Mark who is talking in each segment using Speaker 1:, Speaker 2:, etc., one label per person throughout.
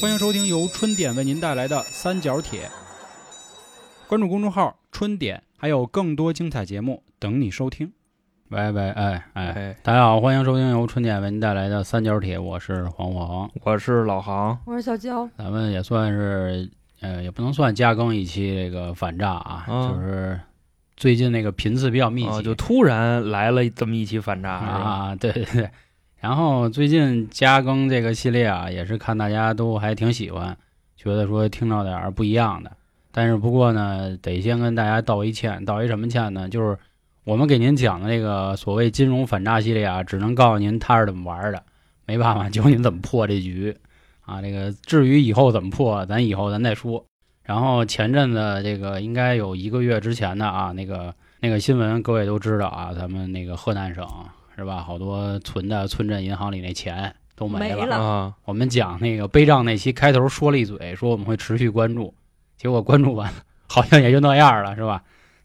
Speaker 1: 欢迎收听由春点为您带来的《三角铁》，关注公众号“春点”，还有更多精彩节目等你收听。
Speaker 2: 喂喂哎哎，
Speaker 3: 哎，
Speaker 2: 大家好，欢迎收听由春姐为您带来的《三角铁》，我是黄黄，
Speaker 3: 我是老航，
Speaker 4: 我是小娇，
Speaker 2: 咱们也算是呃，也不能算加更一期这个反诈啊，
Speaker 3: 嗯
Speaker 2: 就是最近那个频次比较密集，
Speaker 3: 啊，就突然来了这么一期反
Speaker 2: 啊
Speaker 3: 诈，是吧？
Speaker 2: 啊，对对对。然后最近加更这个系列啊，也是看大家都还挺喜欢，觉得说听到点儿不一样的。但是不过呢，得先跟大家道一歉，道一什么歉呢？就是我们给您讲的这个所谓金融反诈系列啊，只能告诉您它是怎么玩儿的，没办法教您怎么破这局啊。这个至于以后怎么破，咱以后咱再说。然后前阵子这个应该有一个月之前的啊，那个那个新闻各位都知道啊，咱们那个河南省是吧，好多存的村镇银行里那钱都没
Speaker 4: 没了
Speaker 3: 啊，
Speaker 2: 我们讲那个悲账那期开头说了一嘴，说我们会持续关注，结果关注完了好像也就那样了，是吧？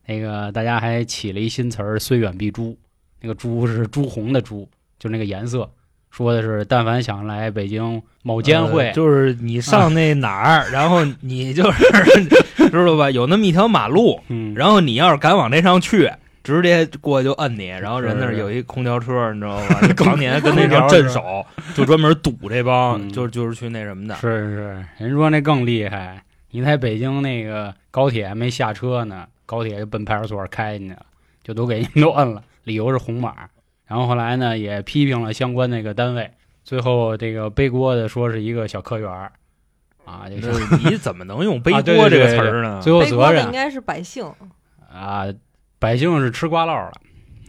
Speaker 2: 那个大家还起了一新词儿“虽远必诛”，那个“诛”是朱红的“朱”，就那个颜色，说的是但凡想来北京某监会，
Speaker 3: 呃就是你上那哪儿，然后你就是 知道吧？有那么一条马路，
Speaker 2: 嗯，
Speaker 3: 然后你要是敢往那上去。直接过去就摁你，然后人那儿
Speaker 2: 是
Speaker 3: 有一空调车，你知道 吧？常年跟那条
Speaker 2: 空调
Speaker 3: 镇守，就专门堵这帮，
Speaker 2: 嗯
Speaker 3: 就是就是去那什么的。
Speaker 2: 是是是，人说那更厉害，你在北京那个高铁还没下车呢，高铁就奔派出所开进去了，就都给人都摁了，理由是红码。然后后来呢，也批评了相关那个单位，最后这个背锅的说是一个小科员儿，啊，这
Speaker 3: 就是是你怎么能用“背
Speaker 2: 啊对
Speaker 3: 锅”这
Speaker 2: 对
Speaker 3: 个
Speaker 2: 对
Speaker 3: 词
Speaker 2: 对
Speaker 3: 儿呢？
Speaker 2: 最后
Speaker 4: 背锅
Speaker 2: 责
Speaker 4: 的应
Speaker 2: 任
Speaker 4: 该是百姓，
Speaker 2: 啊，百姓是吃瓜落了啊。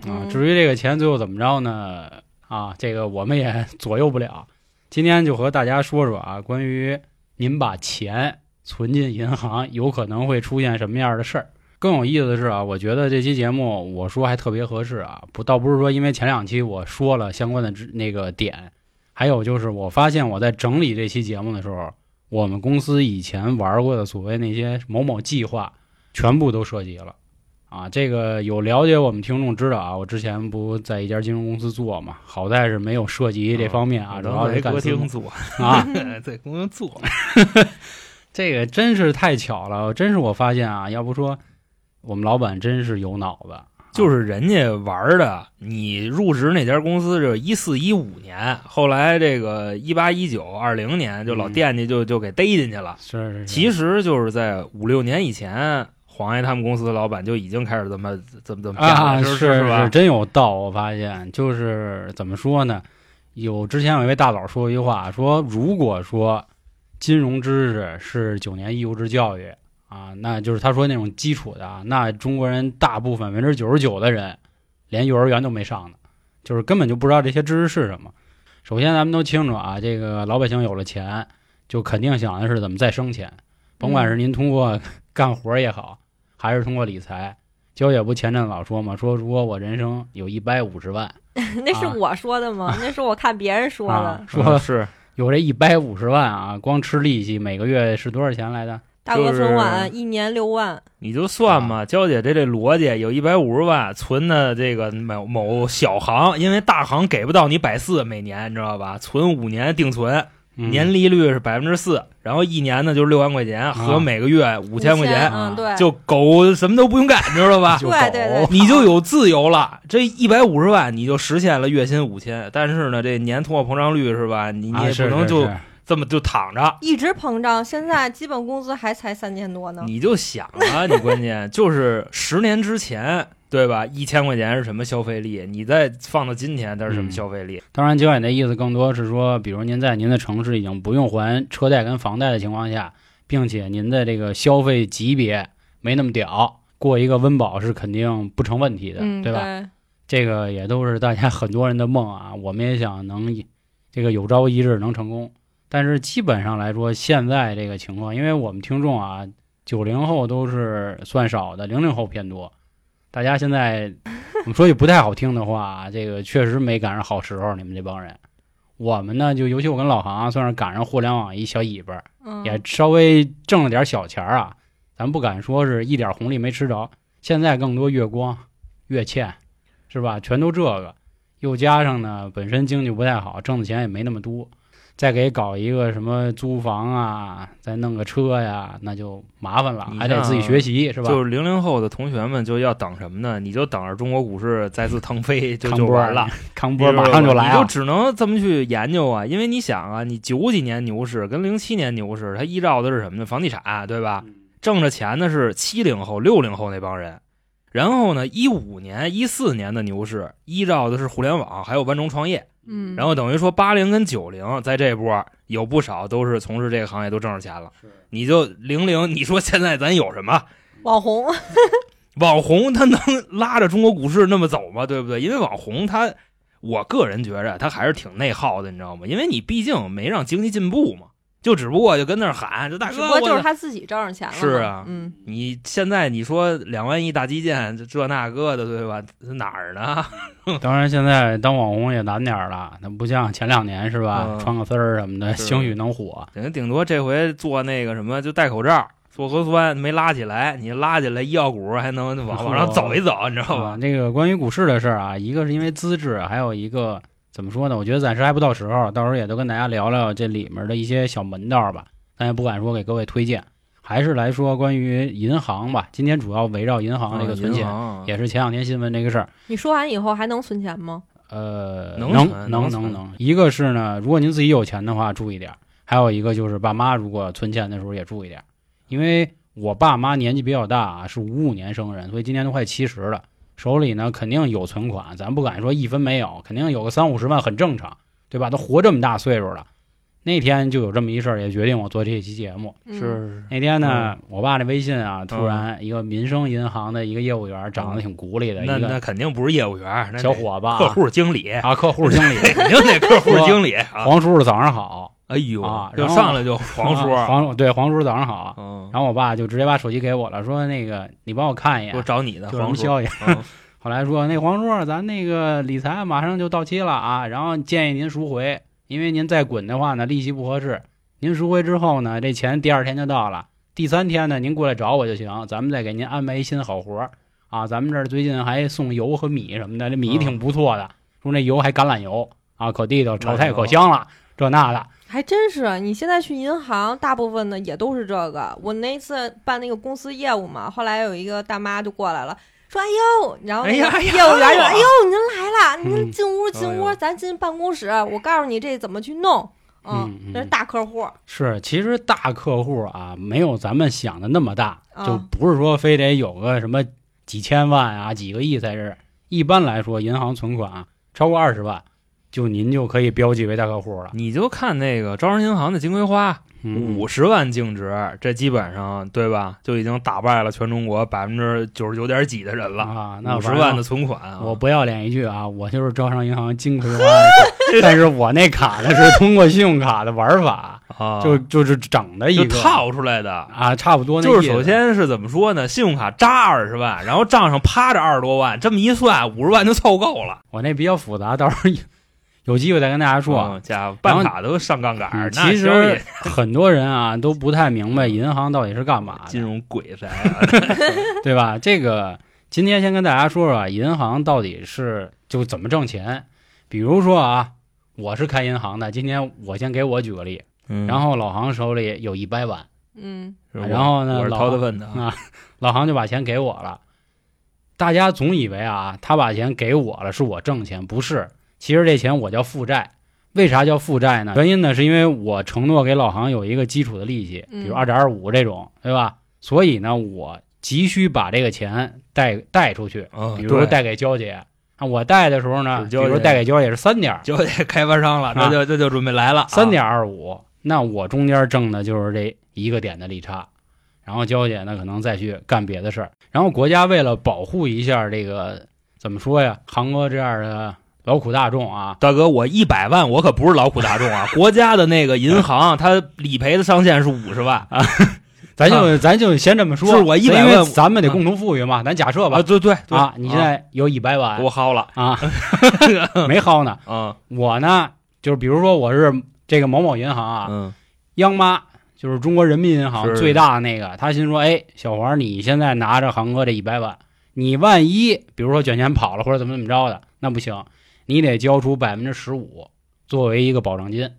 Speaker 4: 嗯
Speaker 2: 至于这个钱最后怎么着呢？啊，这个我们也 左右不了。今天就和大家说说啊，关于您把钱存进银行有可能会出现什么样的事儿。更有意思的是啊，我觉得这期节目我说还特别合适啊，不倒不是说因为前两期我说了相关的知那个点，还有就是我发现我在整理这期节目的时候，我们公司以前玩过的所谓那些某某计划，全部都涉及了。啊，这个有了解我们听众知道啊，我之前不在一家金融公司做嘛，好在是没有涉及这方面啊，主要
Speaker 3: 在
Speaker 2: 是干
Speaker 3: 歌
Speaker 2: 私募
Speaker 3: 厅做，
Speaker 2: 啊，
Speaker 3: 在歌厅做，
Speaker 2: 这个真是太巧了，真是我发现啊，要不说我们老板真是有脑子，
Speaker 3: 就是人家玩儿的，你入职那家公司是一四一五年，后来这个一八一九二零年就老
Speaker 2: 嗯
Speaker 3: 惦记就就给逮进去了。
Speaker 2: 是是是，
Speaker 3: 其实就是在五六年以前，黄爷他们公司的老板就已经开始这么怎么怎么干
Speaker 2: 啊
Speaker 3: 了，是是吧？
Speaker 2: 真有道，我发现就是怎么说呢？有之前有一位大佬说过一句话，说如果说金融知识是九年义务制教育啊，那就是他说那种基础的啊，那中国人大部分百分之九十九的人连幼儿园都没上呢，就是根本就不知道这些知识是什么。首先，咱们都清楚啊，这个老百姓有了钱，就肯定想的是怎么再生钱，甭管是您通过 干活儿也好，还是通过理财。娇姐不前阵老说嘛，说如果我人生有一百五十万
Speaker 4: 嗯那
Speaker 3: 啊
Speaker 4: 是我说 的吗？那是我看别人说
Speaker 2: 啊
Speaker 4: 的，。
Speaker 2: 说
Speaker 3: 嗯是
Speaker 2: 有这一百五十万啊，光吃利息每个月是多少钱来的？
Speaker 4: 大
Speaker 3: 就
Speaker 4: 额存
Speaker 3: 是
Speaker 4: 款一年六万，
Speaker 3: 你就算
Speaker 2: 啊
Speaker 3: 嘛，娇姐这这逻辑有一百五十万存的这个某某小行，因为大行给不到你百四每年，你知道吧？存五年定存，
Speaker 2: 嗯
Speaker 3: 年利率是百分之四，然后一年呢就是六万块
Speaker 2: 啊
Speaker 3: 钱和每个月五
Speaker 4: 五
Speaker 3: 千块钱，啊
Speaker 4: 嗯，对，
Speaker 3: 就狗什么都不用干，你知道吧？
Speaker 2: 就
Speaker 4: 对对
Speaker 2: 狗
Speaker 4: 对，
Speaker 3: 你就有自由了，这一百五十万你就实现了月薪五千，但是呢，这年通货膨胀率是吧？你你
Speaker 2: 啊
Speaker 3: 也
Speaker 2: 是
Speaker 3: 不能
Speaker 2: 是
Speaker 3: 就是这么就躺着，
Speaker 4: 一直膨胀，现在基本工资还才三千多呢。
Speaker 3: 你就想啊，你关键就是十年之前，对吧？一千块钱是什么消费力？你再放到今天，它是什么
Speaker 2: 嗯
Speaker 3: 消费力？
Speaker 2: 当然，焦姐的意思更多是说，比如您在您的城市已经不用还车贷跟房贷的情况下，并且您的这个消费级别没那么屌，过一个温饱是肯定不成问题的，
Speaker 4: 嗯，
Speaker 2: 对吧？
Speaker 4: 对
Speaker 2: 这个也都是大家很多人的梦啊，我们也想能以这个有朝一日能成功。但是基本上来说，现在这个情况，因为我们听众啊，九零后都是算少的，零零后偏多。大家现在我们说句不太好听的话，这个确实没赶上好时候，你们这帮人。我们呢，就尤其我跟老航、啊、算是赶上互联网一小尾巴，
Speaker 4: 嗯，
Speaker 2: 也稍微挣了点小钱儿啊，咱不敢说是一点红利没吃着。现在更多月光、月欠，是吧？全都这个，又加上呢，本身经济不太好，挣的钱也没那么多。再给搞一个什么租房啊，再弄个车呀，那就麻烦了，
Speaker 3: 你
Speaker 2: 还得自己学习是吧？
Speaker 3: 就是零零后的同学们就要等什么呢？你就等着中国股市再次 腾飞就
Speaker 2: 康
Speaker 3: 就
Speaker 2: 波
Speaker 3: 完了。，
Speaker 2: 康波马上就来
Speaker 3: 你就
Speaker 2: 啊！
Speaker 3: 只能这么去研究啊，因为你想啊，你九几年牛市跟零七年牛市，它依照的是什么呢？房地产，啊对吧？挣着钱的是七零后、六零后那帮人，然后呢，一五年、一四年的牛市依照的是互联网，还有万众创业，
Speaker 4: 嗯，
Speaker 3: 然后等于说八零跟九零在这波有不少都是从事这个行业都挣着钱了，你就零零，你说现在咱有什么？
Speaker 4: 网红，
Speaker 3: 网红他能拉着中国股市那么走吗？对不对？因为网红他，我个人觉着他还是挺内耗的，你知道吗？因为你毕竟没让经济进步嘛，就只不过就跟那儿喊，就大
Speaker 4: 只
Speaker 3: 哥，
Speaker 4: 不过
Speaker 3: 我
Speaker 4: 就是他自己挣着钱了嘛。
Speaker 3: 是啊
Speaker 4: 嗯，
Speaker 3: 你现在你说两万亿大基建这这那个的，对吧？哪儿呢？
Speaker 2: 当然，现在当网红也难点儿了，那不像前两年是吧？
Speaker 3: 嗯
Speaker 2: 穿个丝儿什么的，
Speaker 3: 是
Speaker 2: 兴许能火。
Speaker 3: 等于顶多这回做那个什么，就戴口罩。做核酸没拉起来，你拉起来医药股还能往往上走一走，你知道
Speaker 2: 啊，
Speaker 3: 吧？
Speaker 2: 这个关于股市的事儿啊，一个是因为资质，还有一个怎么说呢？我觉得暂时还不到时候，到时候也都跟大家聊聊这里面的一些小门道吧。咱也不敢说给各位推荐，还是来说关于银行吧。今天主要围绕银啊行这个存
Speaker 3: 啊银
Speaker 2: 钱，
Speaker 3: 行
Speaker 2: 也是前两天新闻这个事儿。
Speaker 4: 你说完以后还能存钱吗？
Speaker 2: 呃，
Speaker 3: 能
Speaker 2: 能
Speaker 3: 存能
Speaker 2: 能
Speaker 3: 存
Speaker 2: 能，一个是呢，如果您自己有钱的话，注意点儿；还有一个就是爸妈如果存钱的时候也注意点儿，因为我爸妈年纪比较大啊，是五五年生人，所以今年都快七十了，手里呢肯定有存款，咱不敢说一分没有，肯定有个三五十万很正常，对吧？都活这么大岁数了，那天就有这么一事儿，也决定我做这期节目。
Speaker 4: 嗯，
Speaker 3: 是
Speaker 2: 那天呢，
Speaker 3: 嗯
Speaker 2: 我爸那微信啊，突然一个民生银行的一个业务员，长得挺古里的一
Speaker 3: 那那
Speaker 2: 个
Speaker 3: 肯定不是业务员，那
Speaker 2: 小伙子啊，
Speaker 3: 客户经理，
Speaker 2: 啊，客户经理。
Speaker 3: 肯定得客户经理啊！
Speaker 2: 黄叔叔早上好，
Speaker 3: 哎呦
Speaker 2: 啊
Speaker 3: 就
Speaker 2: 然后
Speaker 3: 上来就黄叔，
Speaker 2: 啊黄对黄叔叔早上好。
Speaker 3: 嗯，
Speaker 2: 然后我爸就直接把手机给我了，说那个你帮我看一眼
Speaker 3: 我，找你的
Speaker 2: 就什
Speaker 3: 黄
Speaker 2: 么
Speaker 3: 叔，
Speaker 2: 消息。
Speaker 3: 嗯
Speaker 2: 后来说那黄叔，啊咱那个理财马上就到期了啊，然后建议您赎回，因为您再滚的话呢，利息不合适。您赎回之后呢，这钱第二天就到了，第三天呢您过来找我就行，咱们再给您安排一新好活儿啊。咱们这儿最近还送油和米什么的，这米
Speaker 3: 嗯
Speaker 2: 挺不错的，说那油还橄榄油啊，可地道，炒菜
Speaker 3: 哎呦
Speaker 2: 可香了，这那的。
Speaker 4: 还真是，你现在去银行，大部分的也都是这个。我那一次办那个公司业务嘛，后来有一个大妈就过来了，说：“哎呦！”然后那个
Speaker 3: 哎呀哎呀
Speaker 4: 业务员就：“哎呦，您来了，
Speaker 2: 嗯
Speaker 4: 您进屋进
Speaker 3: 哎
Speaker 4: 屋，
Speaker 3: 呦
Speaker 4: 咱进办公室，我告诉你这怎么去弄。”
Speaker 2: 嗯嗯
Speaker 4: 这是大客户，
Speaker 2: 是，其实大客户啊，没有咱们想的那么大，
Speaker 4: 啊
Speaker 2: 就不是说非得有个什么几千万啊、几个亿才是。一般来说，银行存款、啊、超过二十万，就您就可以标记为大客户了。
Speaker 3: 你就看那个招商银行的金葵花，
Speaker 2: 嗯，
Speaker 3: 五十万净值，这基本上对吧，就已经打败了全中国百分之九十九点几的人了。
Speaker 2: 啊，那
Speaker 3: 五十
Speaker 2: 反正
Speaker 3: 万的存款啊，
Speaker 2: 我不要脸一句啊，我就是招商银行金葵花， 但是我那卡呢是通过信用卡的玩法，
Speaker 3: 啊，
Speaker 2: 就就是整的一
Speaker 3: 就
Speaker 2: 个
Speaker 3: 套出来的。
Speaker 2: 啊，差不多那
Speaker 3: 就是
Speaker 2: 意思
Speaker 3: 首先是怎么说呢？信用卡扎二十万，然后账上趴着二十多万，这么一算，五十万就凑够了。
Speaker 2: 我那比较复杂，到时候有有机会再跟大家说啊。
Speaker 3: 嗯家伙，
Speaker 2: 然后
Speaker 3: 办卡都上杠杆儿，
Speaker 2: 嗯
Speaker 3: 那
Speaker 2: 其
Speaker 3: 消息
Speaker 2: 实很多人啊都不太明白银行到底是干 嘛
Speaker 3: 金
Speaker 2: 的，
Speaker 3: 融鬼才啊！
Speaker 2: 对吧？这个今天先跟大家说说啊，银行到底是就怎么挣钱。比如说啊，我是开银行的，今天我先给我举个例，
Speaker 3: 嗯 啊
Speaker 2: 然后老行手里有一百万，
Speaker 4: 嗯，
Speaker 3: 是我
Speaker 2: 然后呢
Speaker 3: 我是
Speaker 2: 老
Speaker 3: 掏的粪的
Speaker 2: 啊老行就把钱给我了。大家总以为啊，他把钱给我了，是我挣钱，不是。其实这钱我叫负债。为啥叫负债呢？原因呢，是因为我承诺给老行有一个基础的利息，比如
Speaker 4: 嗯
Speaker 2: 二点二五这种，对吧？所以呢，我急需把这个钱贷贷出去，
Speaker 3: 啊，
Speaker 2: 比如说贷给娇姐。啊，我贷的时候呢，
Speaker 3: 是
Speaker 2: 比
Speaker 3: 娇姐
Speaker 2: 如说贷给娇姐是三点
Speaker 3: 就得开发商了，这就这就准备来了，啊
Speaker 2: 三点二五，那我中间挣的就是这一个点的利差，然后娇姐呢可能再去干别的事儿。然后国家为了保护一下这个怎么说呀，航哥这样的劳苦大众啊，
Speaker 3: 大哥，我一百万，我可不是劳苦大众 啊！国家的那个银行，它理赔的上限是五十万啊！
Speaker 2: 咱就、咱就先这么说，
Speaker 3: 是我100
Speaker 2: 因为
Speaker 3: 万
Speaker 2: 咱们得共同富裕嘛，咱假设吧，
Speaker 3: 对对对，
Speaker 2: 啊，你现在有一百万
Speaker 3: 我薅了
Speaker 2: 啊，没薅呢，
Speaker 3: 啊！
Speaker 2: 我呢就是比如说我是这个某某银行啊，
Speaker 3: 嗯，
Speaker 2: 央妈就是中国人民银行
Speaker 3: 是
Speaker 2: 最大的那个，他心说：“哎，小黄，你现在拿着航哥这一百万，你万一比如说卷钱跑了或者怎么怎么着的，那不行，你得交出百分之十五作为一个保证金。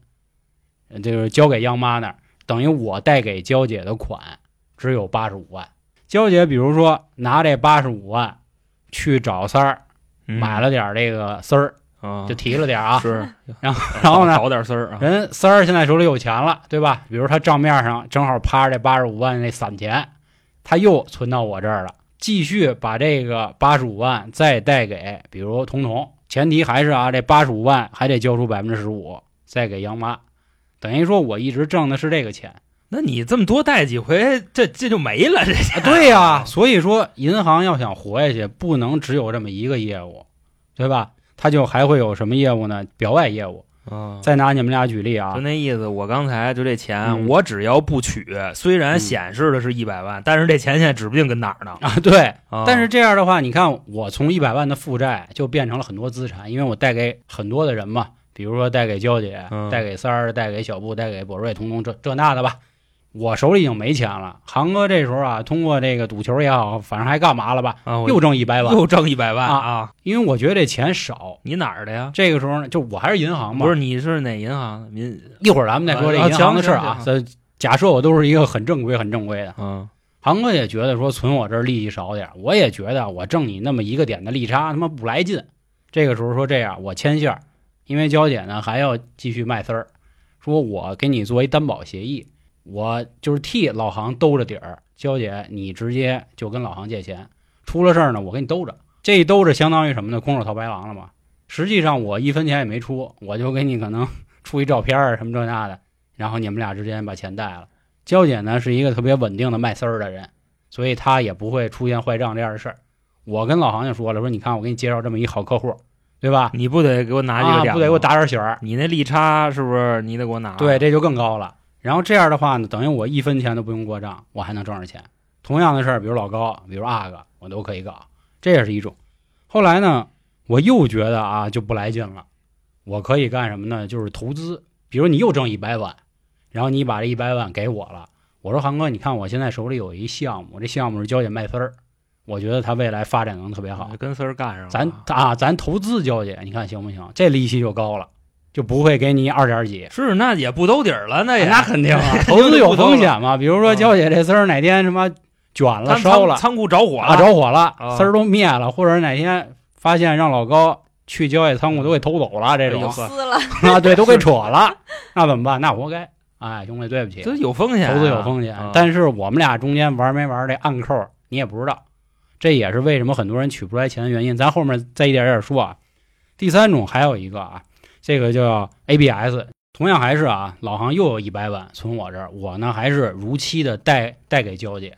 Speaker 2: 呃就是交给央妈那儿，等于我贷给娇姐的款只有八十五万。娇姐比如说拿这八十五万去找三儿买
Speaker 3: 了
Speaker 2: 了点儿这个丝儿，
Speaker 3: 嗯啊
Speaker 2: 就提了点儿啊，
Speaker 3: 是，
Speaker 2: 然后呢
Speaker 3: 搞点丝儿啊，
Speaker 2: 人三儿现在手里有钱了，对吧？比如他账面上正好趴着这八十五万那散钱，他又存到我这儿了，继续把这个八十五万再贷给，比如彤彤，前提还是啊，这八十五万还得交出百分之十五，再给杨妈，等于说我一直挣的是这个钱。
Speaker 3: 那你这么多贷几回，这这就没了这
Speaker 2: 啊，对呀、所以说银行要想活下去，不能只有这么一个业务，对吧？他就还会有什么业务呢？表外业务。
Speaker 3: 啊。
Speaker 2: 再拿你们俩举例啊
Speaker 3: 就，那意思，我刚才就这钱，
Speaker 2: 嗯
Speaker 3: 我只要不取，虽然
Speaker 2: 嗯
Speaker 3: 显示的是一百万，但是这钱现在指不定跟哪儿呢。
Speaker 2: 啊，对，
Speaker 3: 啊
Speaker 2: 但是这样的话，你看我从一百万的负债就变成了很多资产，因为我贷给很多的人嘛，比如说贷给娇姐、
Speaker 3: 嗯
Speaker 2: 贷给三儿、贷给小布、贷给博瑞、彤彤这这那的吧。我手里已经没钱了，航哥这时候啊，通过这个赌球也好，反正还干嘛了吧，
Speaker 3: 啊，我
Speaker 2: 又挣一百万，
Speaker 3: 又挣一百万
Speaker 2: 啊
Speaker 3: 啊！
Speaker 2: 因为我觉得这钱少。
Speaker 3: 你哪儿的呀？
Speaker 2: 这个时候呢，就我还是银行嘛，
Speaker 3: 不是，你是哪银行的？民
Speaker 2: 一会儿咱们再说这
Speaker 3: 啊
Speaker 2: 银行的事儿
Speaker 3: 行
Speaker 2: 啊
Speaker 3: 行。
Speaker 2: 咱假设我都是一个很正规、很正规的，
Speaker 3: 嗯
Speaker 2: 航哥也觉得说存我这儿利息少点儿，我也觉得我挣你那么一个点的利差他妈不来劲。这个时候说这样，我牵线儿，因为娇姐呢还要继续卖丝儿，说我给你做一担保协议，我就是替老航兜着底儿。娇姐，你直接就跟老航借钱，出了事儿呢，我给你兜着。这一兜着相当于什么呢？空手套白狼了嘛。实际上我一分钱也没出，我就给你可能 出一照片儿什么这那的，然后你们俩之间把钱带了。娇姐呢是一个特别稳定的卖丝儿的人，所以她也不会出现坏账这样的事儿。我跟老航就说了，说你看我给你介绍这么一好客户，对吧？
Speaker 3: 你不得给我拿几个
Speaker 2: 啊，
Speaker 3: 点、
Speaker 2: 不得给我？打点血儿，
Speaker 3: 你那利差是不是你得给我拿？
Speaker 2: 对，，这就更高了。然后这样的话呢，等于我一分钱都不用过账，我还能挣着钱。同样的事儿，比如老高，比如阿哥，我都可以搞，这也是一种。后来呢，我又觉得啊就不来劲了，我可以干什么呢？就是投资，比如你又挣一百万，然后你把这一百万给我了，我说韩哥，你看我现在手里有一项目，这项目是交姐卖丝儿，我觉得它未来发展能特别好，
Speaker 3: 跟丝儿干上了。
Speaker 2: 咱啊咱投资交姐，你看行不行？这利息就高了，就不会给你二点几，
Speaker 3: 是那也不兜底儿了，那也、
Speaker 2: 那肯定啊， 投资有风险嘛。比如说，娇姐这丝儿哪天什么卷
Speaker 3: 啊他
Speaker 2: 了、
Speaker 3: 仓
Speaker 2: 烧了、
Speaker 3: 仓库着火了，
Speaker 2: 啊着火了
Speaker 3: 啊，
Speaker 2: 丝儿都灭了，或者哪天发现让老高去交易仓库都给偷走了，这
Speaker 3: 嗯哎呦
Speaker 2: 种
Speaker 3: 呵
Speaker 4: 撕了，
Speaker 2: 啊，对，都 给扯了，那怎么办？那活该。哎，兄弟，对不起，
Speaker 3: 这有风险、
Speaker 2: 投资有风险
Speaker 3: 啊。
Speaker 2: 但是我们俩中间玩没玩这暗扣，你也不知道。这也是为什么很多人取不出来钱的原因。咱后面再一点点说啊。第三种还有一个啊，这个叫 ABS，同样还是啊，老航又有一百万存我这儿，我呢还是如期的贷贷给娇姐。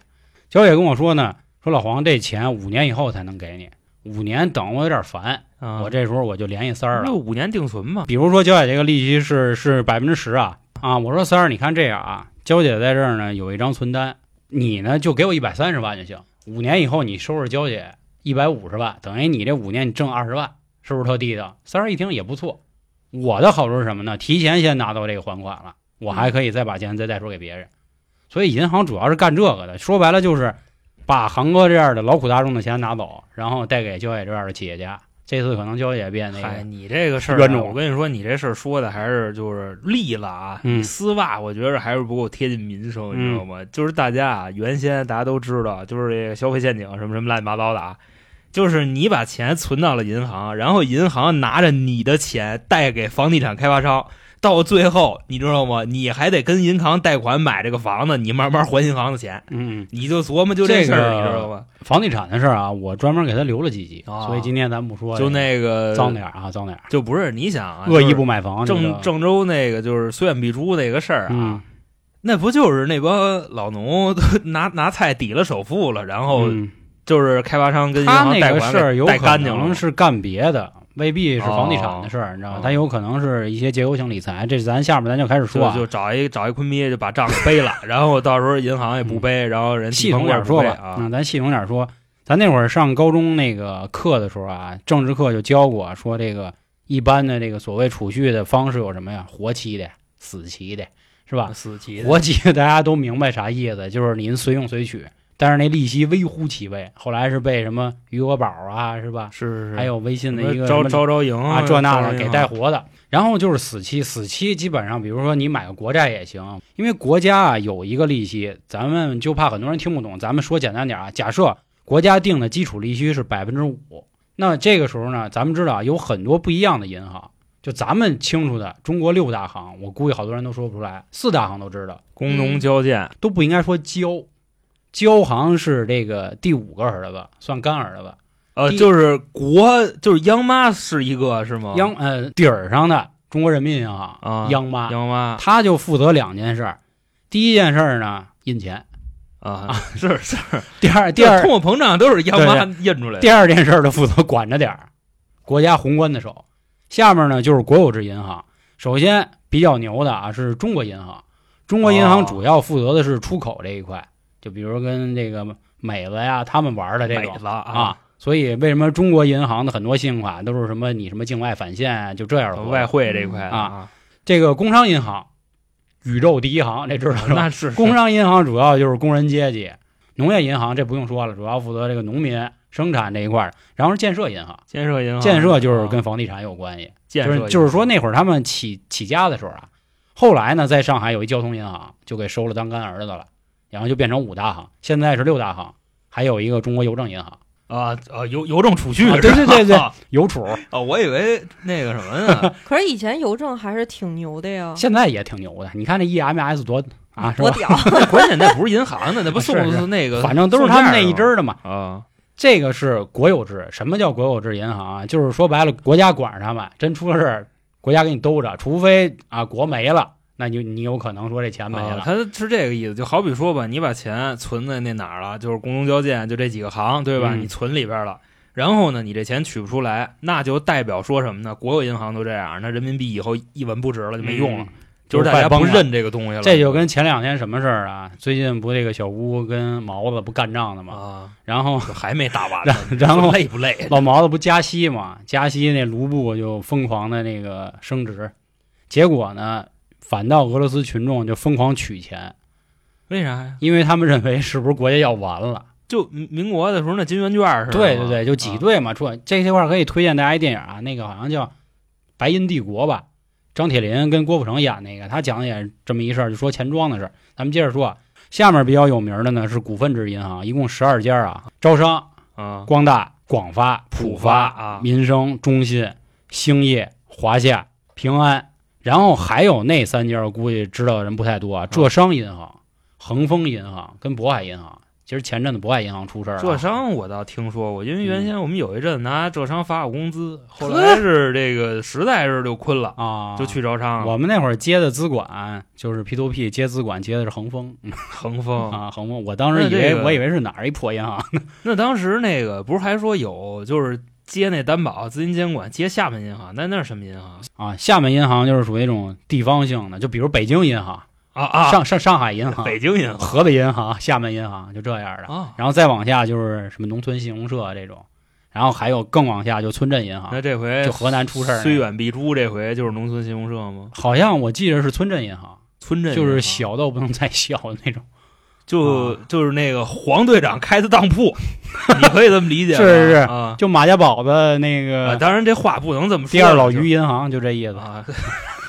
Speaker 2: 娇姐跟我说呢，说老黄这钱五年以后才能给你，五年等我有点烦，
Speaker 3: 啊
Speaker 2: 我这时候我就联系三儿了啊
Speaker 3: 那。五年定存嘛，
Speaker 2: 比如说交姐这个利息是是百分之十啊啊，我说三儿，你看这样啊，娇姐在这儿呢有一张存单，你呢就给我一百三十万就行，五年以后你收拾娇姐一百五十万，等于你这五年你挣二十万，是不是特地道？三儿一听也不错，我的好处是什么呢？提前先拿到这个还款了，我还可以再把钱再贷出给别人，所以银行主要是干这个的，说白了就是把航哥这样的劳苦大众的钱拿走，然后贷给娇姐这样的企业家。这次可能娇姐变那个
Speaker 3: 嗨，你这个事儿啊、
Speaker 2: 冤种
Speaker 3: 我跟你说，你这事儿说的还是就是利了啊。
Speaker 2: 嗯
Speaker 3: 你丝袜，我觉着还是不够贴近民生，你知道吗？就是大家啊，原先大家都知道，就是这个消费陷阱什么什么乱七八糟的啊，就是你把钱存到了银行，然后银行拿着你的钱贷给房地产开发商。到最后，你知道吗？你还得跟银行贷款买这个房子，你慢慢还银行的钱，
Speaker 2: 嗯，
Speaker 3: 你就琢磨就事儿，
Speaker 2: 这个
Speaker 3: 你知道吗？
Speaker 2: 房地产的事儿啊，我专门给他留了几集，
Speaker 3: 啊
Speaker 2: 所以今天咱不说，
Speaker 3: 就那个
Speaker 2: 脏点儿啊，脏点儿，
Speaker 3: 就不是你想啊，
Speaker 2: 恶意
Speaker 3: 就是
Speaker 2: 不买房，这
Speaker 3: 郑
Speaker 2: 个
Speaker 3: 郑州那个就是虽远必诛那个事儿啊，
Speaker 2: 嗯
Speaker 3: 那不就是那帮老农 都拿拿菜抵了首付了，然后
Speaker 2: 嗯
Speaker 3: 就是开发商跟银
Speaker 2: 他
Speaker 3: 行
Speaker 2: 那
Speaker 3: 贷
Speaker 2: 个
Speaker 3: 款
Speaker 2: 事儿有
Speaker 3: 贷
Speaker 2: 可
Speaker 3: 干净了
Speaker 2: 能，是干别的，未必是房地产的事儿，你知道
Speaker 3: 哦
Speaker 2: 吗？他有可能是一些结构性理财，这咱下面咱就开始说
Speaker 3: 就
Speaker 2: 啊
Speaker 3: 就，找一找一坤逼就把账给背 了，然后到时候银行也不背，然后人
Speaker 2: 嗯系统
Speaker 3: 地
Speaker 2: 点
Speaker 3: 方
Speaker 2: 儿说
Speaker 3: 官也
Speaker 2: 吧
Speaker 3: 不背，啊，
Speaker 2: 嗯，咱系统点儿说，咱那会儿上高中那个课的时候啊，政治课就教过，说这个一般的这个所谓储蓄的方式有什么呀？活期的、死期的，是吧？
Speaker 3: 死期的
Speaker 2: 活期大家都明白啥意思，就是您随用随取，但是那利息微乎其微。后来是被什么余额宝啊，是吧？
Speaker 3: 是是是，
Speaker 2: 还有微信的一个
Speaker 3: 什么
Speaker 2: 什么
Speaker 3: 招招招营
Speaker 2: 啊，这那
Speaker 3: 招
Speaker 2: 的
Speaker 3: 招营
Speaker 2: 给带活的。然后就是死期，死期基本上，比如说你买个国债也行，因为国家啊有一个利息，咱们就怕很多人听不懂，咱们说简单点啊，假设国家定的基础利息是百分之五，那这个时候呢，咱们知道啊有很多不一样的银行，就咱们清楚的中国六大行，我估计好多人都说不出来，四大行都知道，
Speaker 3: 工农交建，
Speaker 2: 都不应该说交，交行是这个第五个儿子，算干儿子，
Speaker 3: 呃，
Speaker 2: 第
Speaker 3: 就是国就是央妈是一个是吗？
Speaker 2: 央呃底儿上的中国人民银行
Speaker 3: 哦啊
Speaker 2: 央妈。
Speaker 3: 央妈
Speaker 2: 他就负责两件事儿，第一件事儿呢印钱，
Speaker 3: 啊，是 是，
Speaker 2: 第二第二
Speaker 3: 通货膨胀都是央妈印出来的
Speaker 2: 第二件事儿就负责管着点儿国家宏观的手。下面呢就是国有制银行，首先比较牛的啊是中国银行，中国银行
Speaker 3: 哦
Speaker 2: 主要负责的是出口这一块，就比如跟这个美子呀他们玩的这
Speaker 3: 美
Speaker 2: 种
Speaker 3: 子啊，
Speaker 2: 啊。所以为什么中国银行的很多信用卡都是什么你什么境外返现啊，就这样的活
Speaker 3: 呃外汇这一块的
Speaker 2: 啊，这个工商银行，宇宙第一行，这知道是吧？
Speaker 3: 那 是
Speaker 2: 工商银行主要就是工人阶级，农业银行这不用说了，主要负责这个农民生产这一块儿。然后是建设银行，
Speaker 3: 建设银行，啊
Speaker 2: 建设就是跟房地产有关系，
Speaker 3: 建
Speaker 2: 就
Speaker 3: 设
Speaker 2: 是就是说那会儿他们起起家的时候啊，后来呢，在上海有一交通银行，就给收了当干儿子了，然后就变成五大行，现在是六大行，还有一个中国邮政银行，
Speaker 3: 啊啊邮邮政储蓄
Speaker 2: 啊对对对 对
Speaker 3: 啊，
Speaker 2: 邮储
Speaker 3: 我以为那个什么 呢，
Speaker 4: 可是以前邮政还是挺牛的
Speaker 3: 啊
Speaker 4: 呀，
Speaker 2: 现在也挺牛的，你看这 EMS 多
Speaker 3: 嗯
Speaker 2: 啊，是
Speaker 4: 多
Speaker 2: 吧？
Speaker 4: 屌！
Speaker 3: 关键那不啊是银行的，那不送
Speaker 2: 是是
Speaker 3: 那个，
Speaker 2: 反正都是他们那一支儿的嘛。
Speaker 3: 啊，
Speaker 2: 这个是国有制，什么叫国有制银行啊？就是说白了，国家管着他们，真出了事儿，国家给你兜着，除非啊国没了，那你就你有可能说这钱没
Speaker 3: 啊
Speaker 2: 了。
Speaker 3: 他是这个意思，就好比说吧，你把钱存在那哪儿了，就是工农交建，就这几个行，对吧？
Speaker 2: 嗯
Speaker 3: 你存里边了，然后呢，你这钱取不出来，那就代表说什么呢？国有银行都这样，那人民币以后一文不值了，就没用了，
Speaker 2: 嗯
Speaker 3: 就是大家不认这个东西嗯了。
Speaker 2: 这就跟前两天什么事儿啊？最近不这个小乌跟毛子不干仗呢吗？
Speaker 3: 啊，
Speaker 2: 然后
Speaker 3: 就还没打完呢，
Speaker 2: 然然后
Speaker 3: 你说累不累？啊
Speaker 2: 老毛子不加息嘛，加息那卢布就疯狂的那个升值，结果呢，反倒俄罗斯群众就疯狂取钱，
Speaker 3: 为啥呀？
Speaker 2: 因为他们认为是不是国家要完了。
Speaker 3: 就民民国的时候那金圆券是吧？
Speaker 2: 对对对，就挤
Speaker 3: 啊
Speaker 2: 兑嘛。出来这这块儿可以推荐大家一电影啊，那个好像叫《白银帝国》吧，张铁林跟郭富城演那个，他讲的也是这么一事儿，就说钱庄的事儿。咱们接着说啊，下面比较有名的呢是股份制银行，一共十二家啊，招商、
Speaker 3: 啊，
Speaker 2: 光大、广发、
Speaker 3: 浦
Speaker 2: 发、
Speaker 3: 发啊
Speaker 2: 民生、中信、兴业、华夏、平安，然后还有那三家，我估计知道的人不太多啊，浙商银行、恒丰银行跟渤海银行。其实前阵子渤海银行出事儿、啊，嗯
Speaker 3: 浙商我倒听说过，因为原先我们有一阵拿浙商发过工资，后来是这个实在是就困了，
Speaker 2: 啊，
Speaker 3: 就去招商了。
Speaker 2: 我们那会儿接的资管就是 P to P 接资管接的是恒丰
Speaker 3: 恒丰，
Speaker 2: 啊，恒丰。我当时以
Speaker 3: 那
Speaker 2: 为
Speaker 3: 这个
Speaker 2: 我以为是哪儿一破银行，
Speaker 3: 那当时那个不是还说有就是接那担保资金监管接厦门银行，那那是什么银行
Speaker 2: 啊，厦门银行就是属于一种地方性的，就比如北京银行、
Speaker 3: 啊啊？
Speaker 2: 上上上海银行、
Speaker 3: 北京银行
Speaker 2: 河北银行、厦门银行，就这样的。
Speaker 3: 啊，
Speaker 2: 然后再往下就是什么农村信用社啊这种，然后还有更往下就村镇银行
Speaker 3: 啊那，这回
Speaker 2: 就河南出事儿那个
Speaker 3: 虽远必诛，这回就是农村信用社吗？
Speaker 2: 好像我记得是村镇银行，
Speaker 3: 村镇
Speaker 2: 就是
Speaker 3: 银行
Speaker 2: 小到不能再小的那种。
Speaker 3: 就就是那个黄队长开的当铺，你可以这么理解吧，
Speaker 2: 是是是
Speaker 3: 啊。
Speaker 2: 就马家堡的那
Speaker 3: 啊，
Speaker 2: 个
Speaker 3: 当然这话不能这么说。
Speaker 2: 第二老
Speaker 3: 就是
Speaker 2: 余银行，就这意思。
Speaker 3: 啊，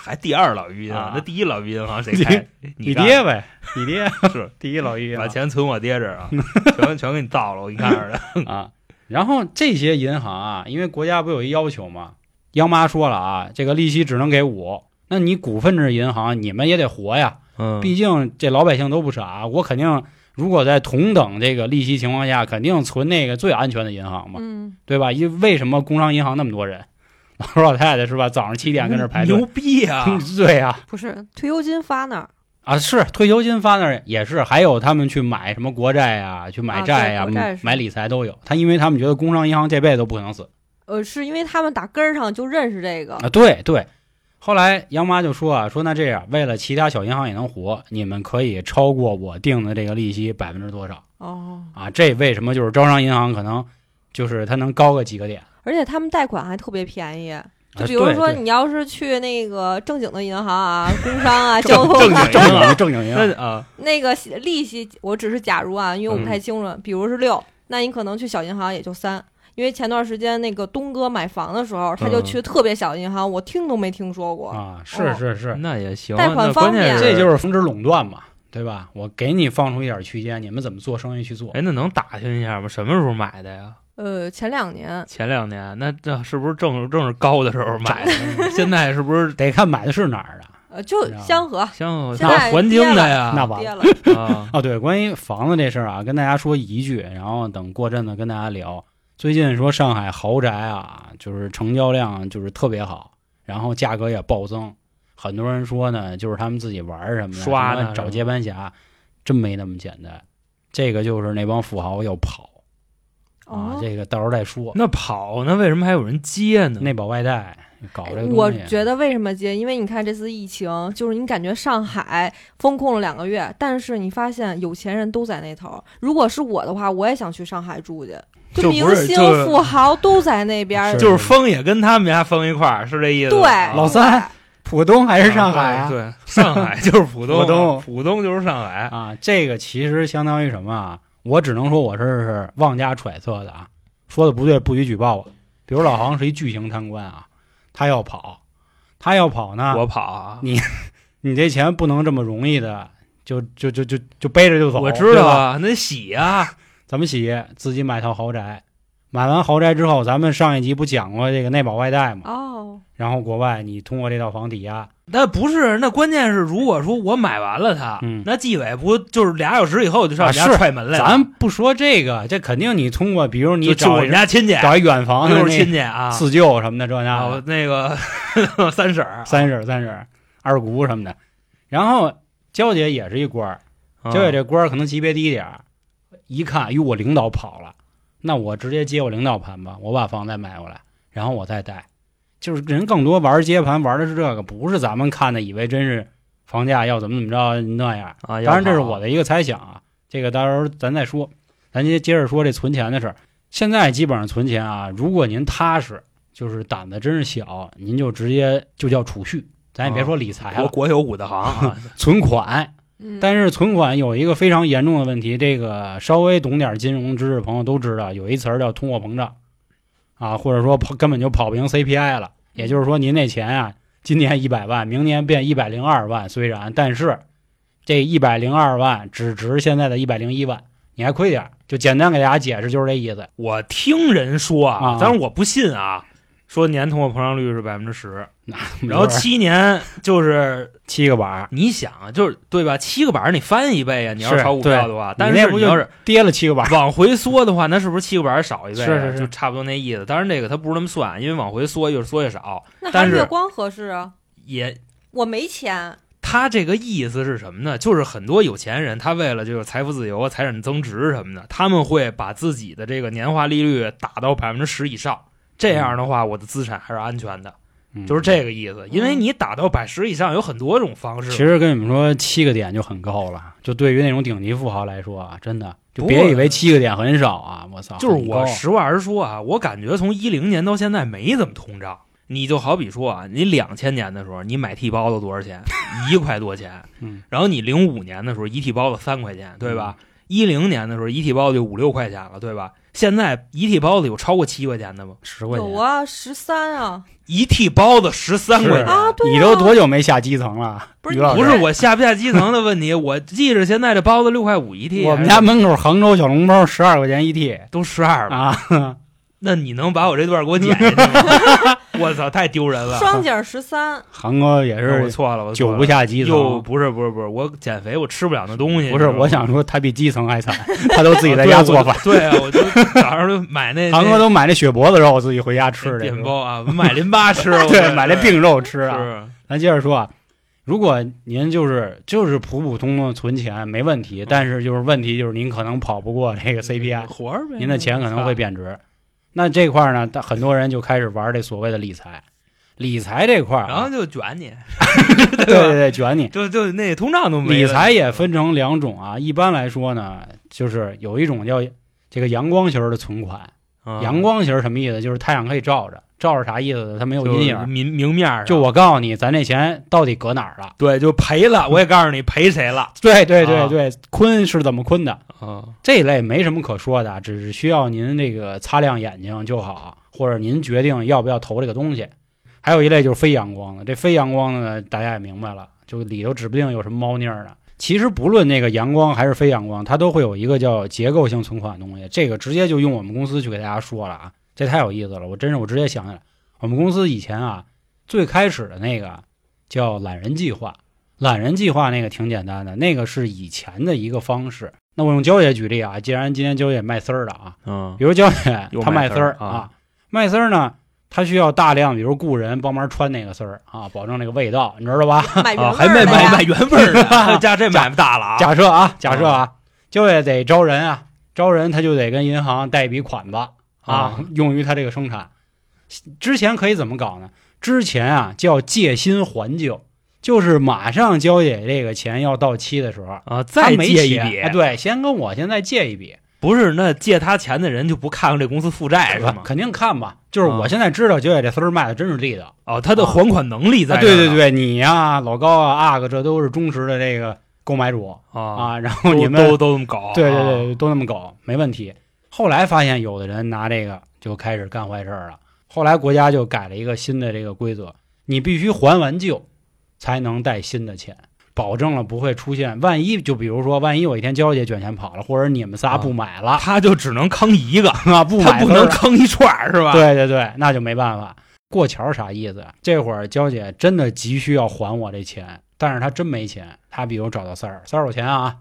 Speaker 3: 还第二老余银
Speaker 2: 啊
Speaker 3: 行，那第一老余银行谁开？
Speaker 2: 你
Speaker 3: 干
Speaker 2: 爹呗，你爹
Speaker 3: 是
Speaker 2: 第一老一
Speaker 3: 把钱存我爹这儿啊，全全给你倒了，我给你看着的。
Speaker 2: 啊。然后这些银行啊，因为国家不有一要求嘛，央妈说了啊，这个利息只能给五。那你股份制银行，你们也得活呀，
Speaker 3: 嗯
Speaker 2: 毕竟这老百姓都不傻，我肯定如果在同等这个利息情况下，肯定存那个最安全的银行嘛，
Speaker 4: 嗯，
Speaker 2: 对吧？因为为什么工商银行那么多人， 老头老太太是吧？早上七点跟那儿排队
Speaker 3: 牛，逼啊！
Speaker 4: 嗯
Speaker 2: 对呀、
Speaker 4: 不是退休金发那儿，
Speaker 2: 啊，是退休金发那儿也是，还有他们去买什么国债啊，去买
Speaker 4: 啊
Speaker 2: 债
Speaker 4: 对
Speaker 2: 呀、
Speaker 4: 国债是
Speaker 2: 买理财都有。他因为他们觉得工商银行这辈子都不可能死
Speaker 4: 呃，是因为他们打根儿上就认识这个，
Speaker 2: 啊。对对。后来杨妈就说啊，说那这样，为了其他小银行也能活，你们可以超过我定的这个利息百分之多少
Speaker 4: 哦，
Speaker 2: 啊？这为什么就是招商银行可能就是它能高个几个点？啊
Speaker 4: 而且他们贷款还特别便宜，就比如
Speaker 2: 对
Speaker 4: 说
Speaker 2: 对
Speaker 4: 你要是去那个正经的银行啊、工商啊、交
Speaker 3: 正
Speaker 4: 通啊，
Speaker 3: 经银行
Speaker 2: 正经 银行
Speaker 3: 那啊，
Speaker 4: 那个利息，我只是假如啊，因为我不太清楚，比如是六，那你可能去小银行也就三。因为前段时间那个东哥买房的时候，他就去特别小的银行，我听都没听说过。
Speaker 2: 啊，
Speaker 4: 哦
Speaker 2: 是是是，
Speaker 3: 那也行。
Speaker 4: 贷款
Speaker 3: 那
Speaker 4: 方
Speaker 3: 关键，
Speaker 4: 便
Speaker 2: 这就是是防止垄断嘛，对吧？我给你放出一点区间，你们怎么做生意去做？
Speaker 3: 哎，那能打听一下吗？什么时候买的呀？
Speaker 4: 呃，前两年
Speaker 3: 前两年，那这是不是正正是高的时候
Speaker 2: 买
Speaker 3: 买的？现在是不是
Speaker 2: 得看买的是哪儿的。
Speaker 4: 呃，就香河
Speaker 3: 像
Speaker 4: 现在
Speaker 3: 环境的呀？
Speaker 2: 那完
Speaker 4: 跌
Speaker 2: 了
Speaker 4: 了，
Speaker 3: 啊，
Speaker 2: 啊！对，关于房子这事儿啊，跟大家说一句，然后等过阵子跟大家聊。最近说上海豪宅啊，就是成交量就是特别好，然后价格也暴增。很多人说呢，就是他们自己玩儿什么的，
Speaker 3: 刷呢
Speaker 2: 什么找接班侠，真没那么简单。这个就是那帮富豪要跑啊，
Speaker 4: 哦，
Speaker 2: 这个到时候再说。
Speaker 3: 那跑那为什么还有人接呢？
Speaker 2: 内保外贷搞这个东西，
Speaker 4: 嗯哎我觉得为什么接？因为你看这次疫情，就是你感觉上海封控了两个月，但是你发现有钱人都在那头儿。如果是我的话，我也想去上海住去，
Speaker 3: 就不
Speaker 4: 明
Speaker 3: 是
Speaker 4: 星
Speaker 3: 就是
Speaker 4: 富豪都在那边儿。
Speaker 2: 是
Speaker 3: 就是封也跟他们家封一块儿，是这意思
Speaker 4: 对
Speaker 3: 吧？，
Speaker 2: 老三浦东还
Speaker 3: 还
Speaker 2: 是上海啊？
Speaker 3: 对，上海就是浦东，
Speaker 2: 浦东
Speaker 3: 浦东就是上海。
Speaker 2: 啊，这个其实相当于什么啊？我只能说我这是妄加揣测的啊，说的不对不许举报我。比如老杭是一巨型贪官啊，他要跑，他要跑呢，
Speaker 3: 我跑啊，
Speaker 2: 你这钱不能这么容易的就就就就就背着就走。
Speaker 3: 我知道
Speaker 2: 对吧，
Speaker 3: 啊，那洗啊，
Speaker 2: 咱们洗自己买套豪宅，买完豪宅之后，咱们上一集不讲过这个内保外贷嘛？
Speaker 4: 哦，
Speaker 2: 然后国外你通过这套房抵押，
Speaker 3: 那不是，那关键是如果说我买完了它，
Speaker 2: 嗯
Speaker 3: 那纪委不就是俩小时以后就上我
Speaker 2: 啊
Speaker 3: 家
Speaker 2: 是
Speaker 3: 踹门来了？
Speaker 2: 咱不说这个，这肯定你通过，比如
Speaker 3: 就
Speaker 2: 你
Speaker 3: 就我
Speaker 2: 找
Speaker 3: 们
Speaker 2: 一
Speaker 3: 家亲戚，
Speaker 2: 找一远房的
Speaker 3: 又是
Speaker 2: 那
Speaker 3: 亲戚啊，
Speaker 2: 四舅什么的这那
Speaker 3: 啊
Speaker 2: 的，
Speaker 3: 那个 三婶儿，
Speaker 2: 三婶、三婶、二姑什么的。然后娇姐也是一官儿，娇姐
Speaker 3: 这
Speaker 2: 这官儿可能级别低一点儿，一看，哟，我领导跑了，那我直接接我领导盘吧，我把房再买过来，然后我再贷。就是人更多玩接盘，玩的是这个，不是咱们看的以为真是房价要怎么怎么着那样。
Speaker 3: 啊，
Speaker 2: 当然，这是我
Speaker 3: 的
Speaker 2: 的一个猜想啊，这个到时候咱再说。咱接接着说这存钱的事儿。现在基本上存钱啊，如果您踏实，就是胆子真是小，您就直接就叫储蓄，咱也别说理财
Speaker 3: 国
Speaker 2: 了，
Speaker 3: 国有五大行啊，
Speaker 2: 存款。
Speaker 4: 嗯，
Speaker 2: 但是存款有一个非常严重的问题，这个稍微懂点金融知识的朋友都知道，有一词儿叫通货膨胀，啊，或者说跑根本就跑不赢 CPI 了。也就是说，您那钱啊，今年一百万，明年变一百零二万，虽然，但是这一百零二万只值现在的一百零一万，你还亏点儿。就简单给大家解释，就是这意思。
Speaker 3: 我听人说
Speaker 2: 啊
Speaker 3: 但是我不信啊，说年通货膨胀率是百分之十，然
Speaker 2: 然
Speaker 3: 后
Speaker 2: 后
Speaker 3: 七嗯年就是
Speaker 2: 七个板儿，
Speaker 3: 你想啊就是对吧？七个板儿你翻一倍啊，你要
Speaker 2: 是
Speaker 3: 炒股票的话，但
Speaker 2: 你
Speaker 3: 是
Speaker 2: 那不
Speaker 3: 你
Speaker 2: 就
Speaker 3: 要是
Speaker 2: 跌了七个板儿？
Speaker 3: 往回缩的话，那是不是七个板儿少一倍啊？
Speaker 2: 是是是
Speaker 3: 就差不多那意思。当然这个它不是那么算，因为往回缩越缩越少，
Speaker 4: 那还
Speaker 3: 但
Speaker 4: 是
Speaker 3: 是
Speaker 4: 月光合适啊！
Speaker 3: 也
Speaker 4: 我没钱，
Speaker 3: 他这个意思是什么呢？就是很多有钱人，他为了就是财富自由、财产增值什么的，他们会把自己的这个年化利率打到百分之十以上。这样的话，我的资产还是安全的，就是这
Speaker 2: 个。
Speaker 3: 个意思。因为你打到百十以上有很多种方
Speaker 2: 其
Speaker 3: 式，
Speaker 2: 实跟你们说，七个点就很高了。就对于那种顶级富豪来说啊，真的就
Speaker 3: 不
Speaker 2: 别
Speaker 3: 过
Speaker 2: 以为七个点很少啊！我操，
Speaker 3: 就是
Speaker 2: 很高
Speaker 3: 我实话实说啊，我感觉从一零年到现在没怎么通胀。你就好比说啊，你两千年的时候，你买屉包子多少钱？一块多 钱。
Speaker 2: 嗯，
Speaker 3: 然后你零五年的时候，一屉包子三块钱，对吧？一零年的时候，一屉包子就五六块钱了，对吧？现在一屉包子有超过七块钱的吗？
Speaker 2: 十块钱
Speaker 4: 有啊，十三啊
Speaker 3: 一屉包子十三
Speaker 2: 是
Speaker 3: 块钱。
Speaker 4: 啊！对啊，
Speaker 2: 你都多久没下基层了？
Speaker 4: 不是
Speaker 2: 于老师
Speaker 3: 不是我下不下基层的问题，我记着现在这包子六块五一屉，啊
Speaker 2: 我们家门口杭州小笼包十二块钱一屉
Speaker 3: 都十二了。
Speaker 2: 啊！
Speaker 3: 那你能把我这段给我剪下去吗？我操，太丢人了！
Speaker 4: 双井十三，
Speaker 2: 杭哥也
Speaker 3: 啊我
Speaker 2: 是
Speaker 3: 错了，我错
Speaker 2: 久
Speaker 3: 了
Speaker 2: 不下基
Speaker 3: 又
Speaker 2: 层，
Speaker 3: 不是不是不是，我减肥我吃不了那东西。
Speaker 2: 不是
Speaker 3: 你知道吗
Speaker 2: 我想说他比基层还惨，他都自己在
Speaker 3: 啊
Speaker 2: 家
Speaker 3: 对
Speaker 2: 做饭，
Speaker 3: 我对啊，我就早上就买那
Speaker 2: 杭哥都买那血脖子肉自己回家吃
Speaker 3: 那
Speaker 2: 去，
Speaker 3: 点包啊，买淋巴吃，我
Speaker 2: 对，买那病肉吃
Speaker 3: 是
Speaker 2: 啊。咱接着说啊，如果您就是就是普普通通的存钱没问
Speaker 3: 嗯
Speaker 2: 题，但是就是问题就是您可能跑不过这个 CPI，
Speaker 3: 活儿呗，
Speaker 2: 您的钱可能会贬值。那这块儿呢，大很多人就开始玩这所谓的理财。理财这块儿
Speaker 3: 然后
Speaker 2: 啊，
Speaker 3: 就卷你，
Speaker 2: 对对对，卷你。
Speaker 3: 就就那通胀都 没
Speaker 2: 理
Speaker 3: 了
Speaker 2: 财也分成两种啊，一般来说呢，就是有一种叫这个阳光型儿的存款。
Speaker 3: 啊
Speaker 2: 阳光型儿什么意思？就是太阳可以照着，照着啥意思的，他没有阴影。
Speaker 3: 明明面儿上啊
Speaker 2: 就我告诉你，咱这钱到底搁哪儿了？
Speaker 3: 对，就赔了。我也告诉你赔谁了
Speaker 2: 对对
Speaker 3: 啊
Speaker 2: 对对，坤是怎么坤的？
Speaker 3: 啊？
Speaker 2: 这类没什么可说的，只是需要您这个擦亮眼睛就好，或者您决定要不要投这个东西。还有一类就是非阳光的，这非阳光的呢，大家也明白了，就里头指不定有什么猫腻儿呢。其实不论那个阳光还是非阳光，它都会有一个叫结构性存款的东西，这个直接就用我们公司去给大家说了啊，这太有意思了，我真是我直接想起来，我们公司以前啊最开始的那个叫懒人计划，懒人计划那个挺简单的，那个是以前的一个方式。那我用娇姐举例啊，既然今天娇姐卖丝儿的啊，
Speaker 3: 嗯
Speaker 2: 比如娇姐
Speaker 3: 又
Speaker 2: 她卖
Speaker 3: 卖丝
Speaker 2: 丝儿
Speaker 3: 儿啊
Speaker 2: 啊，卖丝儿呢，她需要大量比如雇人帮忙穿那个丝儿啊，保证那个味道，你知道吧？
Speaker 4: 买原
Speaker 3: 啊，
Speaker 4: 味
Speaker 3: 还
Speaker 4: 儿
Speaker 3: 卖
Speaker 4: 的
Speaker 3: 卖
Speaker 4: 呀
Speaker 3: 卖原味儿 的，家这买卖大了啊！
Speaker 2: 假设啊，假设啊，娇姐得招人啊，招人她就得跟银行贷一笔款吧啊，用于她这个生产。之前可以怎么搞呢？之前啊叫借新还旧，就是马上娇姐这个钱要到期的时候，
Speaker 3: 啊，
Speaker 2: 她
Speaker 3: 再
Speaker 2: 没
Speaker 3: 借一
Speaker 2: 钱
Speaker 3: 笔
Speaker 2: 哎，对，先跟我现在借一笔，
Speaker 3: 不是那借他钱的人就不看看这公司负债是
Speaker 2: 吧
Speaker 3: 吗？
Speaker 2: 肯定看吧。就是
Speaker 3: 啊
Speaker 2: 我现在知道九姐这丝儿卖的真是地道。
Speaker 3: 哦，他的还款能力在
Speaker 2: 啊，
Speaker 3: 哪儿
Speaker 2: 对
Speaker 3: 呢、
Speaker 2: 对对，你呀、老高啊、阿哥，这都是忠实的这个购买主
Speaker 3: 啊，
Speaker 2: 啊。然后
Speaker 3: 都
Speaker 2: 你们
Speaker 3: 都都这么搞，
Speaker 2: 对对
Speaker 3: 啊，
Speaker 2: 对，都那么搞，没问题。后来发现有的人拿这个就开始干坏事儿了。后来国家就改了一个新的这个规则，你必须还完旧，才能贷新的钱，保证了不会出现万一。就比如说，万一有一天娇姐卷钱跑了，或者你们
Speaker 3: 啊
Speaker 2: 仨不买了
Speaker 3: 他就只能坑一个，
Speaker 2: 啊，不
Speaker 3: 他
Speaker 2: 买
Speaker 3: 不
Speaker 2: 都
Speaker 3: 能
Speaker 2: 是
Speaker 3: 坑一串儿是吧？，
Speaker 2: 对对对，那就没办法。过桥儿啥意思？这会儿娇姐真的急需要还我这钱，但是她真没钱。她比如找到三儿，三儿有钱啊，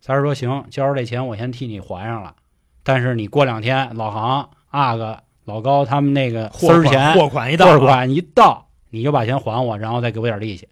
Speaker 2: 三儿说行，交着这钱我先替你还上了，但是你过两天老航、阿哥、老高他们那个丝
Speaker 3: 货
Speaker 2: 儿
Speaker 3: 款
Speaker 2: 钱
Speaker 3: 货款一啊
Speaker 2: 一到
Speaker 3: 到，
Speaker 2: 款一到，你就把钱还我，然后再给我点利息。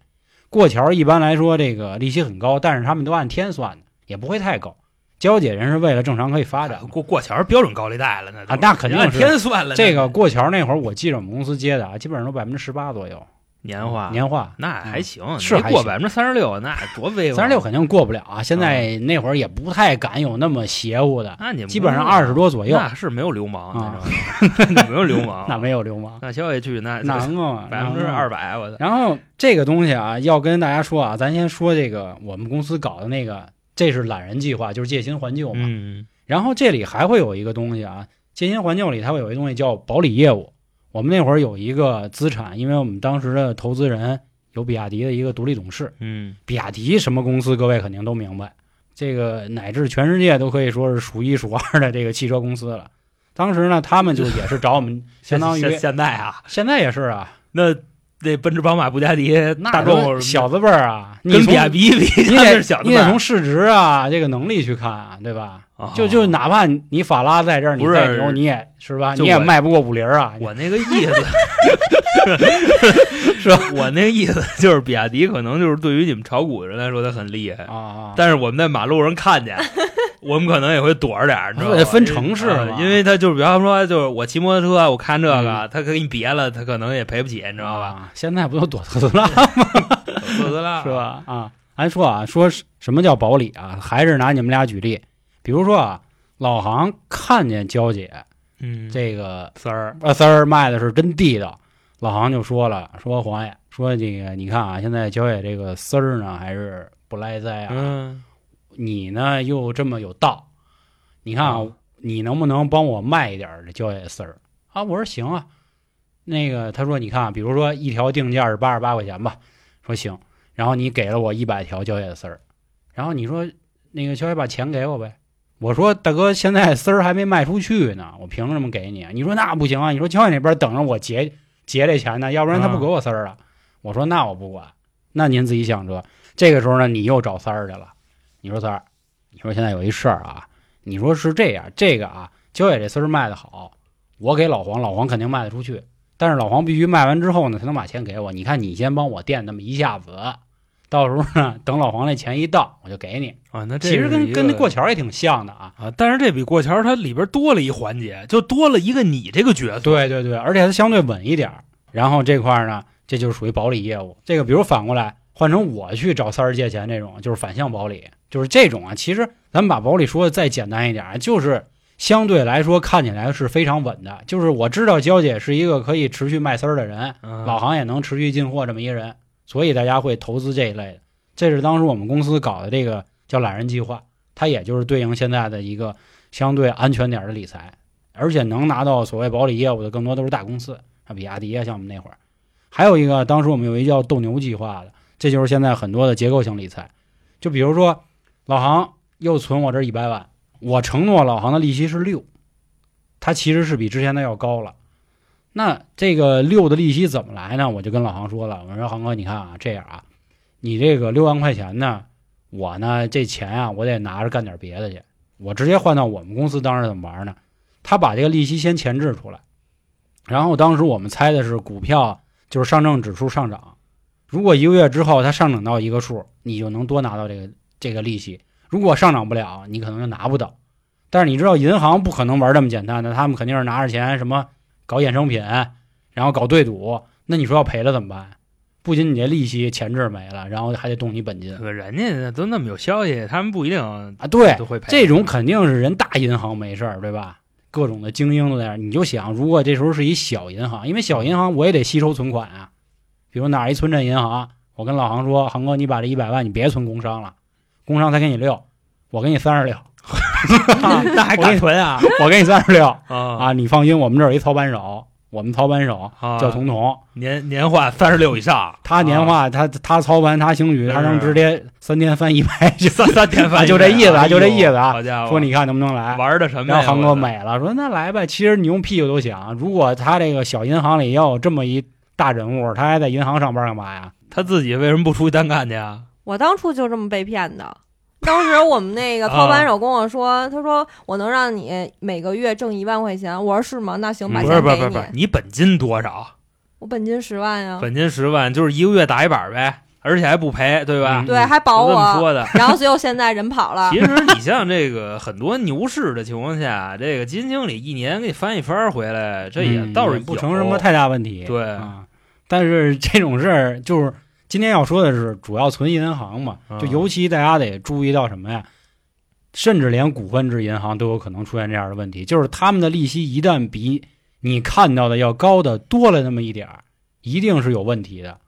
Speaker 2: 过桥一般来说这个利息很高，但是他们都按天算的，也不会太高。娇姐人是为了正常可以发展嘛，
Speaker 3: 过过桥标准高利贷了，那都
Speaker 2: 啊那肯定
Speaker 3: 人按
Speaker 2: 是
Speaker 3: 天算了，
Speaker 2: 这
Speaker 3: 那
Speaker 2: 个过桥那会儿，我记着我们公司接的啊，基本上都百分之十八左右
Speaker 3: 年化
Speaker 2: 年化，
Speaker 3: 那还行，
Speaker 2: 是
Speaker 3: 没
Speaker 2: 还
Speaker 3: 过
Speaker 2: 行
Speaker 3: 百分之三十六，那多威 风，
Speaker 2: 三十六肯定过不了啊。现在那会儿也不太敢有那么邪乎的，
Speaker 3: 嗯那你们
Speaker 2: 基本上二十多左右，
Speaker 3: 那是没有流氓，
Speaker 2: 啊
Speaker 3: 那种 那没有流氓，
Speaker 2: 那没有流氓，
Speaker 3: 那消费去那
Speaker 2: 难啊，
Speaker 3: 百分之二
Speaker 2: 百。
Speaker 3: 百，我操！
Speaker 2: 然后这个东西啊，要跟大家说啊，咱先说这个我们公司搞的那个，这是懒人计划，就是借新还旧嘛。
Speaker 3: 嗯，
Speaker 2: 然后这里还会有一个东西啊，借新还旧里它会有一东西叫保理业务。我们那会儿有一个资产，因为我们当时的投资人有比亚迪的一个独立董事，
Speaker 3: 嗯，
Speaker 2: 比亚迪什么公司，各位肯定都明白，这个乃至全世界都可以说是数一数二的这个汽车公司了。当时呢，他们就也是找我 们，相当于
Speaker 3: 现现在啊，
Speaker 2: 现在也是啊，
Speaker 3: 那那奔驰、宝马、布加迪、大
Speaker 2: 那都
Speaker 3: 众
Speaker 2: 小字辈儿啊，你
Speaker 3: 跟比
Speaker 2: 从
Speaker 3: 亚迪比，
Speaker 2: 你
Speaker 3: 那
Speaker 2: 得
Speaker 3: 是小的
Speaker 2: 你得从市值啊，这个能力去看啊，对吧？
Speaker 3: 哦
Speaker 2: 就就哪怕你法拉在这儿，你
Speaker 3: 不是
Speaker 2: 再牛，你也是吧？
Speaker 3: 就
Speaker 2: 你也
Speaker 3: 我
Speaker 2: 卖不过五菱儿啊，
Speaker 3: 我那个意思是吧？我那个意思就是，比亚迪可能就是对于你们炒股人来说，它很厉害，
Speaker 2: 啊啊！
Speaker 3: 但是我们在马路上 看见，我们可能也会躲着点儿，你知道
Speaker 2: 它
Speaker 3: 吧？
Speaker 2: 得分城市
Speaker 3: 啊
Speaker 2: 嘛嗯
Speaker 3: 因为他就是比方说，就是我骑摩托车，我看这个，他给你别了，他可能也赔不起，你
Speaker 2: 你
Speaker 3: 知道吧？？
Speaker 2: 啊现在不都躲特斯拉
Speaker 3: 特斯拉
Speaker 2: 啊是？吧？啊，咱说啊，说是什么叫保理啊？还是拿你们俩举例，比如说啊，老航看见娇姐
Speaker 3: 嗯，
Speaker 2: 这个
Speaker 3: 丝儿
Speaker 2: 呃丝儿卖的是真地道，老航就说了，说黄爷，说这个你看啊，现在娇姐这个丝儿呢还是不赖在啊，
Speaker 3: 嗯，
Speaker 2: 你呢又这么有道，你看啊，你能不能帮我卖一点儿这胶野丝儿啊？我说行啊。那个他说，你看啊，比如说一条定价是八十八块钱吧，说行，然后你给了我一百条胶野丝儿，然后你说那个小野把钱给我呗。我说大哥，现在丝儿还没卖出去呢，我凭什么给你啊？你说那不行啊！你说乔野那边等着我结结这钱呢，要不然他不给我丝儿啊。我说那我不管，那您自己想辙。这个时候呢，你又找三儿去了。你说三儿，你说现在有一事儿啊，你说是这样，这个啊，焦野这丝儿卖的好，我给老黄，老黄肯定卖得出去，但是老黄必须卖完之后呢，才能把钱给我。你看你先帮我垫那么一下子，到时候呢，等老黄那钱一到，我就给你。
Speaker 3: 啊，那这
Speaker 2: 其实
Speaker 3: 是
Speaker 2: 跟
Speaker 3: 一
Speaker 2: 跟那
Speaker 3: 个
Speaker 2: 过桥也挺像的啊。
Speaker 3: 啊，但是这比过桥它里边多了一环节，就多了一个你这个角色。
Speaker 2: 对对对，而且它相对稳一点儿。然后这块儿呢，这就是属于保理业务。这个比如反过来换成我去找三儿借钱这种，就是反向保理，就是这种啊。其实咱们把保理说的再简单一点儿，就是相对来说看起来是非常稳的。就是我知道娇姐是一个可以持续卖丝儿的人，
Speaker 3: 嗯
Speaker 2: 老行也能持续进货这么一个人，所以大家会投资这一类的。这是当时我们公司搞的这个叫懒人计划，它也就是对应现在的一个相对安全点儿的理财，而且能拿到所谓保理业务的更多都是大公司，像比亚迪啊，像我们那会儿，还有一个当时我们有一叫斗牛计划的，这就是现在很多的结构性理财，就比如说老航又存我这一百万，我承诺老航的利息是六，它其实是比之前的要高了。那这个六的利息怎么来呢？我就跟老航说了，我说航哥，你看啊，这样啊，你这个六万块钱呢，我呢这钱啊，我得拿着干点别的去。我直接换到我们公司，当时怎么玩呢？他把这个利息先前置出来，然后当时我们猜的是股票就是上证指数上涨，如果一个月之后它上涨到一个数，你就能多拿到这个这个利息；如果上涨不了，你可能就拿不到。但是你知道银行不可能玩这么简单的，他们肯定是拿着钱什么搞衍生品，然后搞对赌。那你说要赔了怎么办？不仅你这利息前置没了，然后还得动你本金
Speaker 3: 可人家都那么有消息，他们不一定
Speaker 2: 啊！对，
Speaker 3: 都会赔。
Speaker 2: 这种肯定是人大银行没事儿，对吧？各种的精英都在那儿，你就想，如果这时候是一小银行，因为小银行我也得吸收存款啊，比如哪儿一村镇银行，我跟老航说，航哥，你把这一百万你别存工商了，工商才给你六，我给你三十六，
Speaker 3: 那还敢囤啊？
Speaker 2: 我给你三十六
Speaker 3: 啊
Speaker 2: 啊，你放心，我们这儿有一操盘手，我们操盘手
Speaker 3: 啊！
Speaker 2: 叫童童，
Speaker 3: 年年化三十六以上， 啊
Speaker 2: 他年化他他操盘他兴许他能直接三天翻一百去，
Speaker 3: 三三天
Speaker 2: 啊
Speaker 3: 饭，
Speaker 2: 就这意思啊就这意思啊
Speaker 3: 好家伙，
Speaker 2: 说你看能不能来？
Speaker 3: 玩的什么
Speaker 2: 然
Speaker 3: 呀？
Speaker 2: 后航哥
Speaker 3: 我操
Speaker 2: 美了，说那来吧。其实你用屁股都想，如果他这个小银行里要有这么一大人物，他还在银行上班干嘛呀？
Speaker 3: 他自己为什么不出去单干去啊？
Speaker 4: 我当初就这么被骗的。当时我 们那个
Speaker 3: 啊
Speaker 4: 操盘手跟我说，他说我能让你每个月挣一万块钱。我说是吗？那行，把
Speaker 3: 不是
Speaker 4: 钱
Speaker 3: 嗯不是
Speaker 4: 给
Speaker 3: 不是
Speaker 4: 你
Speaker 3: 不。是，你本金多少？
Speaker 4: 我本金十万呀，
Speaker 3: 本金十万，就是一个月打一板呗，而且还不赔，对吧？
Speaker 2: 嗯
Speaker 4: 对，还保
Speaker 3: 就这么
Speaker 4: 我。
Speaker 3: 说的。
Speaker 4: 然后最后现在人跑了
Speaker 3: 其，实你像这个 很多牛市的情况下，这个基金经理一年给你翻一番回来，这也
Speaker 2: 嗯
Speaker 3: 倒是
Speaker 2: 不
Speaker 3: 有
Speaker 2: 成什么太大问题。
Speaker 3: 对
Speaker 2: 啊，但是这种事儿就是今天要说的是，主要存银行嘛，
Speaker 3: 嗯
Speaker 2: 就尤其大家得注意到什么呀？甚至连股份制银行都有可能出现这样的问题，就是他们的利息一旦比你看到的要高的多了那么一点儿，一定是有问题的。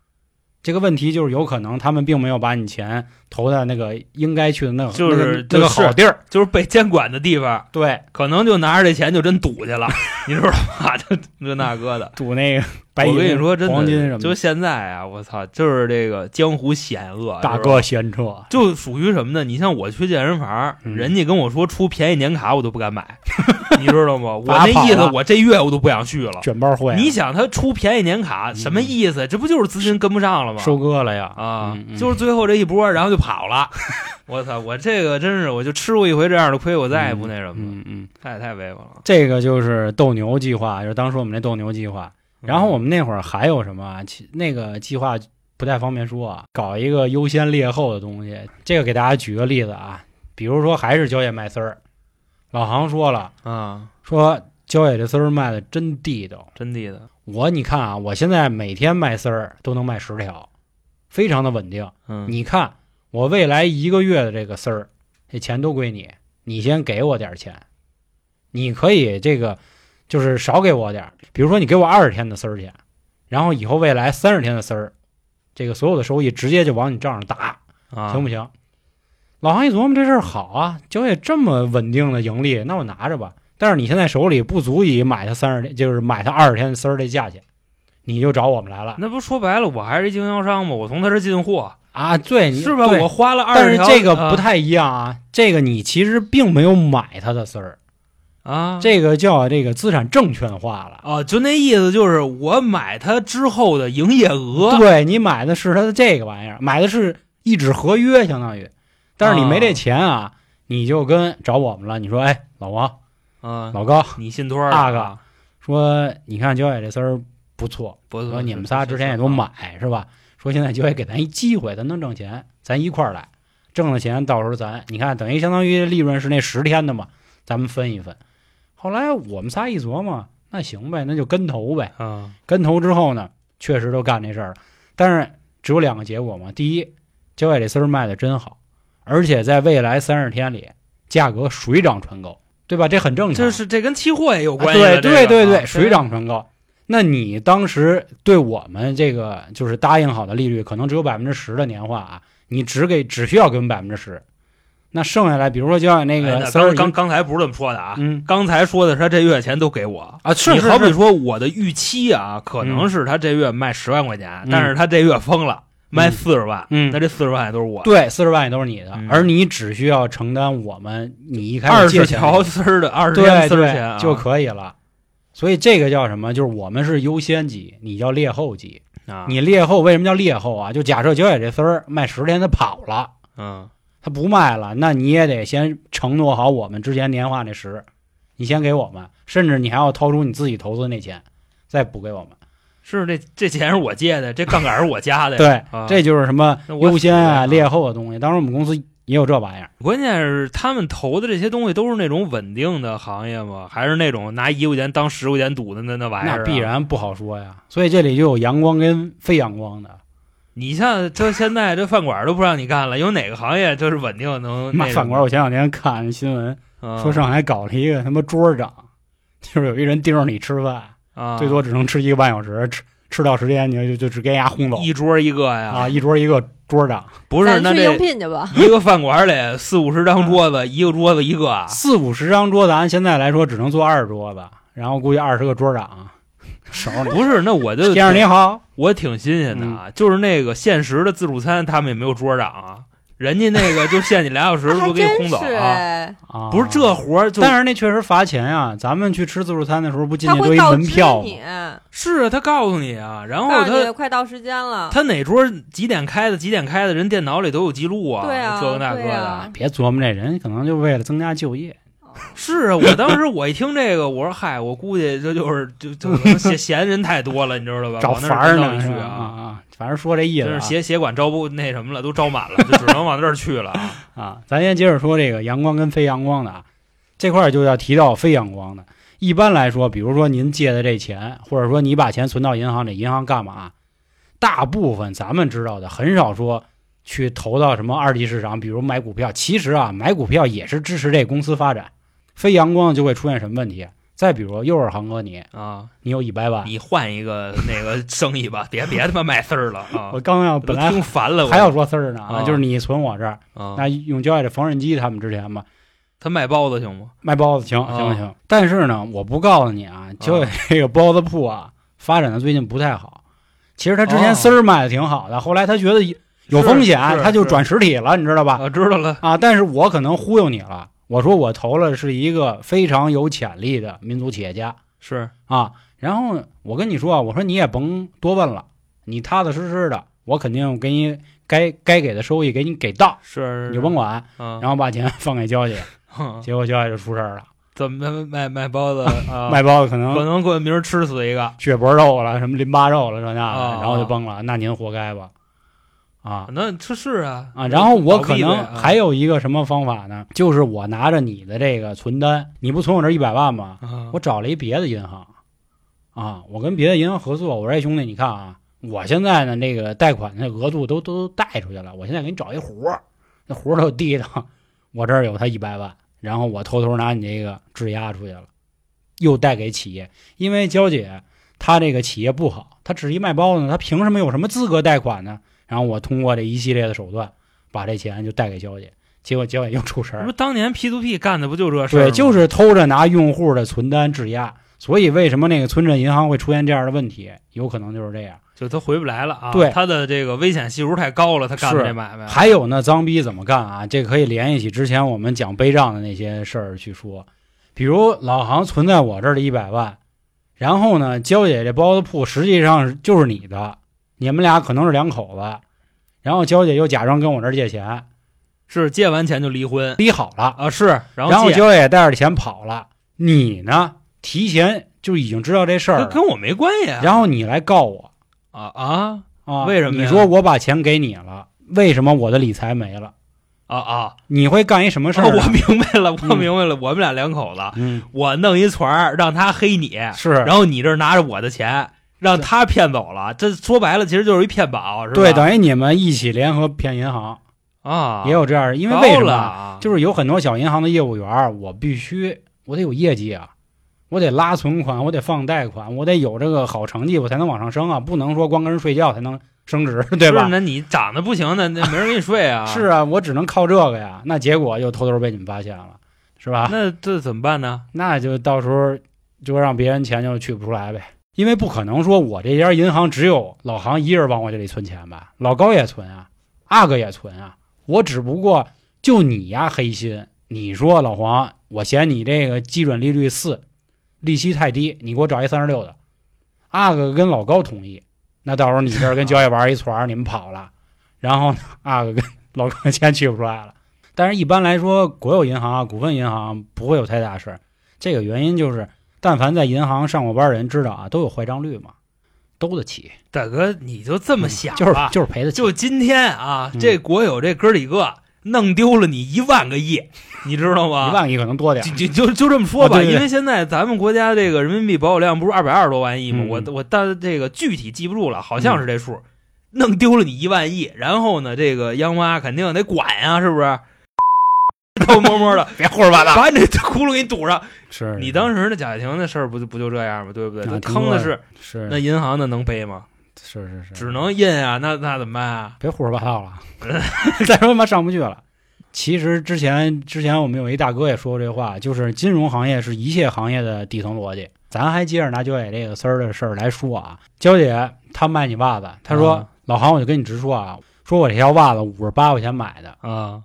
Speaker 2: 这个问题就是有可能他们并没有把你钱投在那个应该去的那个
Speaker 3: 就是
Speaker 2: 那个那
Speaker 3: 就是
Speaker 2: 个好地儿，
Speaker 3: 就是被监管的地方，
Speaker 2: 对，
Speaker 3: 可能就拿着这钱就真赌去 了，你知道吧？ 这这那个的。
Speaker 2: 赌那个白银、
Speaker 3: 我跟你说，真的，
Speaker 2: 黄金什么
Speaker 3: 就
Speaker 2: 的，
Speaker 3: 现在啊，我操，就是这个江湖险恶，
Speaker 2: 大
Speaker 3: 是吧。
Speaker 2: 哥先撤，
Speaker 3: 就属于什么呢？你像我去健身房，
Speaker 2: 嗯
Speaker 3: 人家跟我说出便宜年卡，我都不敢买， 你知 道吗？我
Speaker 2: 打
Speaker 3: 那
Speaker 2: 跑
Speaker 3: 意思
Speaker 2: 了，
Speaker 3: 我这月我都不想去了。
Speaker 2: 卷包会啊，
Speaker 3: 你想他出便宜年卡
Speaker 2: 嗯
Speaker 3: 什么意思？这不就是资金跟不上了吗？
Speaker 2: 收割了呀
Speaker 3: 啊
Speaker 2: 嗯，嗯
Speaker 3: 就是最后这一波，然后就跑了。 我操，我这个真是，我就吃过一回这样的亏，我再也不那什么
Speaker 2: 嗯
Speaker 3: 了，
Speaker 2: 嗯，
Speaker 3: 太太威风了。
Speaker 2: 这个就是斗牛计划，就是当时我们那斗牛计划。然后我
Speaker 3: 们
Speaker 2: 们那会儿还有什么啊？其那个计划不太方便说啊，搞一个优先劣后的东西。这个给大家举个例子啊，比如说还是椒野卖丝儿，老航说了，
Speaker 3: 啊，
Speaker 2: 说椒野这丝儿卖的真地道。
Speaker 3: 真地的，
Speaker 2: 我你看啊，我现在每天卖丝儿都能卖十条，非常的稳定。
Speaker 3: 嗯，
Speaker 2: 你看我未来一个月的这个丝儿，这钱都归你，你先给我点儿钱，你可以这个就是少给我点儿，比如说你给我二十天的丝儿钱，然后以后未来三十天的丝儿，这个所有的收益直接就往你账上打，
Speaker 3: 啊
Speaker 2: 行不行？老航一琢磨这事儿好啊，交易这么稳定的盈利，那我拿着吧。但是你现在手里不足以买它三十天，就是买它二十天的丝儿这价钱，你就找我们来了
Speaker 3: 那不说白了，我还是一经销商嘛，我从他这进货，
Speaker 2: 啊？对，你
Speaker 3: 是吧？
Speaker 2: 对
Speaker 3: 我花了二
Speaker 2: 但
Speaker 3: 十
Speaker 2: 是
Speaker 3: 条，
Speaker 2: 这个不太一样啊，这个你其实并没有买它的丝儿，
Speaker 3: 啊，
Speaker 2: 这个叫这个资产证券化了。
Speaker 3: 啊，就那意思就是我买它之后的营业额，
Speaker 2: 对你买的是它的这个玩意儿，买的是一纸合约，相当于，但是你没这钱啊，你就跟找我们了。你说，哎，老王、
Speaker 3: 啊，
Speaker 2: 老高
Speaker 3: 你信托儿
Speaker 2: 大
Speaker 3: 的
Speaker 2: 哥
Speaker 3: 啊
Speaker 2: 说，你看焦野这丝儿不错，
Speaker 3: 不
Speaker 2: 说
Speaker 3: 错，
Speaker 2: 你们
Speaker 3: 嗯是啊
Speaker 2: 仨之前也都，
Speaker 3: 是
Speaker 2: 买是吧？说现在焦野给咱一机会，咱能挣钱，咱一块儿来，挣了钱到时候咱你看等于相当于利润是那十天的嘛，咱们分一分。后来我们仨一琢磨，那行呗，那就跟投呗。
Speaker 3: 是啊，
Speaker 2: 跟投之后呢，确实都干这事儿了，但是只有两个结果嘛。第一，焦野这丝儿卖的真好，而且在未来三十天里，价格水涨船高。对吧？这很 正常。啊
Speaker 3: 这是这跟期货也有关系
Speaker 2: 对
Speaker 3: 的。这
Speaker 2: 对
Speaker 3: 个
Speaker 2: 对
Speaker 3: 啊
Speaker 2: 对，水涨船高。那你当时对我们这个就是答应好的利率，可能只有百分之十的年化啊，你只给只需要给我们百分之十，那剩下来，比如说就像那
Speaker 3: 哎
Speaker 2: 个
Speaker 3: 那
Speaker 2: 三
Speaker 3: 刚
Speaker 2: 儿已
Speaker 3: 刚
Speaker 2: 经
Speaker 3: 刚才不是这么说的啊，
Speaker 2: 嗯
Speaker 3: 刚才说的是他这月钱都给我。
Speaker 2: 啊，是
Speaker 3: 你
Speaker 2: 是
Speaker 3: 好
Speaker 2: 是
Speaker 3: 比说我的预期啊，可能是他这月卖十万块钱，
Speaker 2: 嗯
Speaker 3: 但是他这月疯了，卖四十万，
Speaker 2: 嗯
Speaker 3: 那这四十万也都是我的。
Speaker 2: 对，四十万也都是你的，
Speaker 3: 嗯
Speaker 2: 而你只需要承担我们你一开
Speaker 3: 二
Speaker 2: 始借
Speaker 3: 十
Speaker 2: 钱
Speaker 3: 条丝儿的二十
Speaker 2: 对
Speaker 3: 天丝儿钱
Speaker 2: 对
Speaker 3: 啊
Speaker 2: 就可以了。所以这个叫什么？就是我们是优先级，你叫劣后级。
Speaker 3: 啊，
Speaker 2: 你劣后为什么叫劣后啊？就假设九野这丝儿卖十天，他跑了，
Speaker 3: 嗯
Speaker 2: 他不卖了，那你也得先承诺好我们之前年化那十，你先给我们，甚至你还要掏出你自己投资那钱，再补给我们。
Speaker 3: 是这这钱是我借的，这杠杆是我加的。
Speaker 2: 对，
Speaker 3: 啊
Speaker 2: 这就是什么
Speaker 3: 那我
Speaker 2: 优先啊、
Speaker 3: 死了
Speaker 2: 劣后的东西。当时我们公司也有这玩意儿，
Speaker 3: 关键是他们投的这些东西都是那种稳定的行业吗？还是那种拿一块钱当十块钱赌的那那玩意儿、啊
Speaker 2: 那必。然不好说呀。所以这里就有阳光跟非阳光的。
Speaker 3: 你像这现在这饭馆都不让你干了，有哪个行业就是稳定能？
Speaker 2: 妈，
Speaker 3: 那
Speaker 2: 饭馆，我前两天看新闻
Speaker 3: 嗯
Speaker 2: 说上海搞了一个他妈桌儿长，就是有一人盯着你吃饭，
Speaker 3: 啊，
Speaker 2: 最多只能吃一个半小时，吃吃到时间你就就就只给人家轰走
Speaker 3: 一桌一个呀，
Speaker 2: 啊，一桌一个桌儿长。
Speaker 3: 不是？那
Speaker 4: 咱去应
Speaker 3: 这
Speaker 4: 聘去吧。
Speaker 3: 一个饭馆里四五十张桌子，一个桌子一个 啊，
Speaker 2: 四五十张桌子，按现在来说只能坐二十桌子，然后估计二十个桌 长，手里。
Speaker 3: 不是？那我就
Speaker 2: 先生你 好，
Speaker 3: 我挺新鲜的
Speaker 2: 嗯
Speaker 3: 啊，就是那个限时的自助餐，他们也没有桌长啊，人家那个就限你俩小时
Speaker 4: 那还
Speaker 3: 就给你
Speaker 4: 真
Speaker 3: 轰走
Speaker 4: 是
Speaker 3: 啊，
Speaker 4: 哎，
Speaker 2: 啊，
Speaker 3: 不是这，活儿就
Speaker 2: 但是那确实罚钱啊。咱们去吃自助餐的时候不进
Speaker 4: 他
Speaker 2: 去都
Speaker 4: 会
Speaker 2: 一
Speaker 4: 告
Speaker 2: 门
Speaker 4: 知
Speaker 2: 票吗
Speaker 4: 你，？
Speaker 3: 是啊他告诉你啊，然后
Speaker 4: 告诉你
Speaker 3: 他
Speaker 4: 快到时间了。
Speaker 3: 他哪桌几点开的，几点开的，人电脑里都有记录啊，
Speaker 4: 对啊，
Speaker 3: 这个那个
Speaker 4: 对
Speaker 3: 的
Speaker 4: 啊，，
Speaker 2: 别琢磨这人，可能就为了增加就业。
Speaker 3: 是啊，我当时我一听这个，我说嗨，我估计这就是就就可能嫌嫌人太多了，你知道吧？
Speaker 2: 找
Speaker 3: 往那
Speaker 2: 法儿
Speaker 3: 闹
Speaker 2: 呢
Speaker 3: 一
Speaker 2: 是
Speaker 3: 去
Speaker 2: 吧啊
Speaker 3: 啊。
Speaker 2: 啊！反正说这意思
Speaker 3: 真
Speaker 2: 啊
Speaker 3: 是协协管招不那什么了，都招满了，就只能往那儿去了啊。
Speaker 2: 啊，咱先接着说这个阳光跟非阳光的啊，这块儿就要提到非阳光的。一般来说，比如说您借的这钱，或者说你把钱存到银行里，银行干嘛？大部分咱们知道的很少说去投到什么二级市场，比如买股票。其实啊，买股票也是支持这公司发展。非阳光就会出现什么问题？再比如，又是航哥你，
Speaker 3: 啊，
Speaker 2: 你有一百万，
Speaker 3: 你换一个那个生意吧，别别他妈卖丝儿了啊！
Speaker 2: 我刚要
Speaker 3: 我都
Speaker 2: 本来
Speaker 3: 听烦了，我
Speaker 2: 还要说丝儿呢
Speaker 3: 啊
Speaker 2: 就是你存我这儿，
Speaker 3: 啊，
Speaker 2: 那永交也这缝纫机他们之前嘛，
Speaker 3: 他卖包子行吗？
Speaker 2: 卖包子行
Speaker 3: 啊
Speaker 2: 行行，但是呢，我不告诉你啊，就有这个包子铺啊， 发展的最近不太好。其实他之前丝儿卖的挺好的，后来他觉得有风险
Speaker 3: 是，
Speaker 2: 他就是转实体了，你知道吧？
Speaker 3: 啊，知道了，
Speaker 2: 啊，但是我可能忽悠你了，我说我投了是一个非常有潜力的民族企业家
Speaker 3: 是
Speaker 2: 啊，然后我跟你说啊，我说你也甭多问了，你踏踏实实的，我肯定给你该该给的收益给你给到，
Speaker 3: 是，
Speaker 2: 你就甭管，
Speaker 3: 啊，
Speaker 2: 然后把钱放给娇姐，
Speaker 3: 哼
Speaker 2: 结果娇姐就出事儿了，
Speaker 3: 怎么卖卖卖包子啊？
Speaker 2: 卖包子可能
Speaker 3: 可能过明儿吃死一个，
Speaker 2: 血脖肉了，什么淋巴肉了，这那
Speaker 3: 啊
Speaker 2: 的，然后就崩了。那您活该吧，啊
Speaker 3: 那这是啊
Speaker 2: 啊！然后我可
Speaker 3: 倒闭呗
Speaker 2: 能
Speaker 3: 啊
Speaker 2: 还有一个什么方法呢？就是我拿着你的这个存单，你不存我这一百万吗？
Speaker 3: 啊
Speaker 2: 我找了一别的银行，啊，我跟别的银行合作，我说哎兄弟，你看啊，我现在呢那个贷款的额度都都都贷出去了，我现在给你找一活儿，那活儿都地道， 我这儿有他一百万，然后我偷偷拿你这个质押出去了，又贷给企业，因为娇姐她这个企业不好，她只一卖包子呢，她凭什么有什么资格贷款呢？然后我通过这一系列的手段，把这钱就贷给娇姐，结果娇姐又出事儿
Speaker 3: 这
Speaker 2: 了
Speaker 3: 不。当年 P to P 干的不就这事儿吗？
Speaker 2: 对，就是偷着拿用户的存单质押。所以为什么那个村镇银行会出现这样的问题？有可能就是这样。
Speaker 3: 就他回不来了啊，
Speaker 2: 对
Speaker 3: 他的这个危险系数太高了，他干的
Speaker 2: 是
Speaker 3: 这买卖， 啊
Speaker 2: 还有呢，脏逼怎么干啊？这可以联系起之前我们讲背账的那些事儿去说。比如老行存在我这儿的一百万，然后呢，娇姐这包子铺实际上是就是你的，你们俩可能是两口子，然后娇姐又假装跟我这儿借钱，
Speaker 3: 是借完钱就离婚
Speaker 2: 逼好了，
Speaker 3: 啊，是，然
Speaker 2: 然后
Speaker 3: 借。
Speaker 2: 娇姐带着钱跑了，你呢提前就已经知道这事儿
Speaker 3: 跟
Speaker 2: 了，
Speaker 3: 跟我没关系啊！
Speaker 2: 然后你来告我，
Speaker 3: 啊啊
Speaker 2: 啊，
Speaker 3: 为什么呀
Speaker 2: 你说我把钱给你了，为什么我的理财没了？
Speaker 3: 啊啊！
Speaker 2: 你会干一什么事
Speaker 3: 啊
Speaker 2: 儿呢、
Speaker 3: 我明白了，我
Speaker 2: 嗯
Speaker 3: 明白了，我们俩两口子，
Speaker 2: 嗯，
Speaker 3: 我弄一船儿让他黑你，
Speaker 2: 是
Speaker 3: 然后你这儿拿着我的钱，让他骗走了。这说白了，其实就是一骗保，是吧？
Speaker 2: 对，等于你们一起联合骗银行，
Speaker 3: 啊，
Speaker 2: 也有这样的，因为
Speaker 3: 高
Speaker 2: 为什么
Speaker 3: 了
Speaker 2: 啊？
Speaker 3: 啊？
Speaker 2: 就是有很多小银行的业务员儿，我必须我得有业绩啊，我得拉存款，我得放贷款，我得有这个好成绩，我才能往上升啊，不能说光跟人睡觉才能升职， 对吧
Speaker 3: 是？那你长得不行，那那没人跟你睡啊。
Speaker 2: 是，啊，我只能靠这个呀。那结果又偷偷被你们发现了，是吧？
Speaker 3: 那这怎么办呢？
Speaker 2: 那就到时候就让别人钱就取不出来呗，因为不可能说我这家银行只有老行一人往我这里存钱吧，老高也存啊，阿哥也存啊，我只不过就你呀黑心，你说老黄，我嫌你这个基准利率四，利息太低，你给我找一三十六的，阿哥跟老高同意，那到时候你这儿跟交易玩一团儿，你们跑了，然后呢，阿哥跟老高钱取不出来了。但是，一般来说，国有银行啊、股份银行不会有太大事儿。这个原因就是，但凡在银行上过班儿人知道啊，都有坏账率嘛，兜得起，
Speaker 3: 大哥，你就这么想
Speaker 2: 嗯就是
Speaker 3: 吧。
Speaker 2: 就是赔得起。
Speaker 3: 就今天啊，
Speaker 2: 嗯
Speaker 3: 这国有这哥几个弄丢了你一万个亿，你知 道
Speaker 2: 一
Speaker 3: 吗？
Speaker 2: 万亿可能多点儿
Speaker 3: 就，就就就这么说吧，
Speaker 2: 啊对对对
Speaker 3: 因为现在咱们国家这个人民币保有量不是二百二十多万亿吗？
Speaker 2: 嗯
Speaker 3: 我我但这个具体记不住了，好像是这数，弄丢了你一万亿，然后呢，这个央妈肯定得管呀、是不是？ 偷摸 摸的
Speaker 2: 别胡说八。
Speaker 3: 把你这窟窿给你 堵上。
Speaker 2: 是
Speaker 3: 你当时那贾跃亭那事儿不就不就这样吗？对不对？
Speaker 2: 啊
Speaker 3: 他
Speaker 2: 听
Speaker 3: 坑
Speaker 2: 说
Speaker 3: 的
Speaker 2: 了
Speaker 3: 是
Speaker 2: 是
Speaker 3: 那银行那能背吗？
Speaker 2: 是是是，
Speaker 3: 只能印啊，那那怎么办啊？
Speaker 2: 别胡说八道 了。再说他妈上不去了。其实之前之前我们有一大哥也说过这话，就是金融行业是一切行业的底层逻辑。咱还接着拿娇姐这个丝儿的事儿来说啊，娇姐她卖你袜子，她说、
Speaker 3: 嗯
Speaker 2: 老韩，我就跟你直说啊，说我这条袜子五十八块钱买的，
Speaker 3: 啊，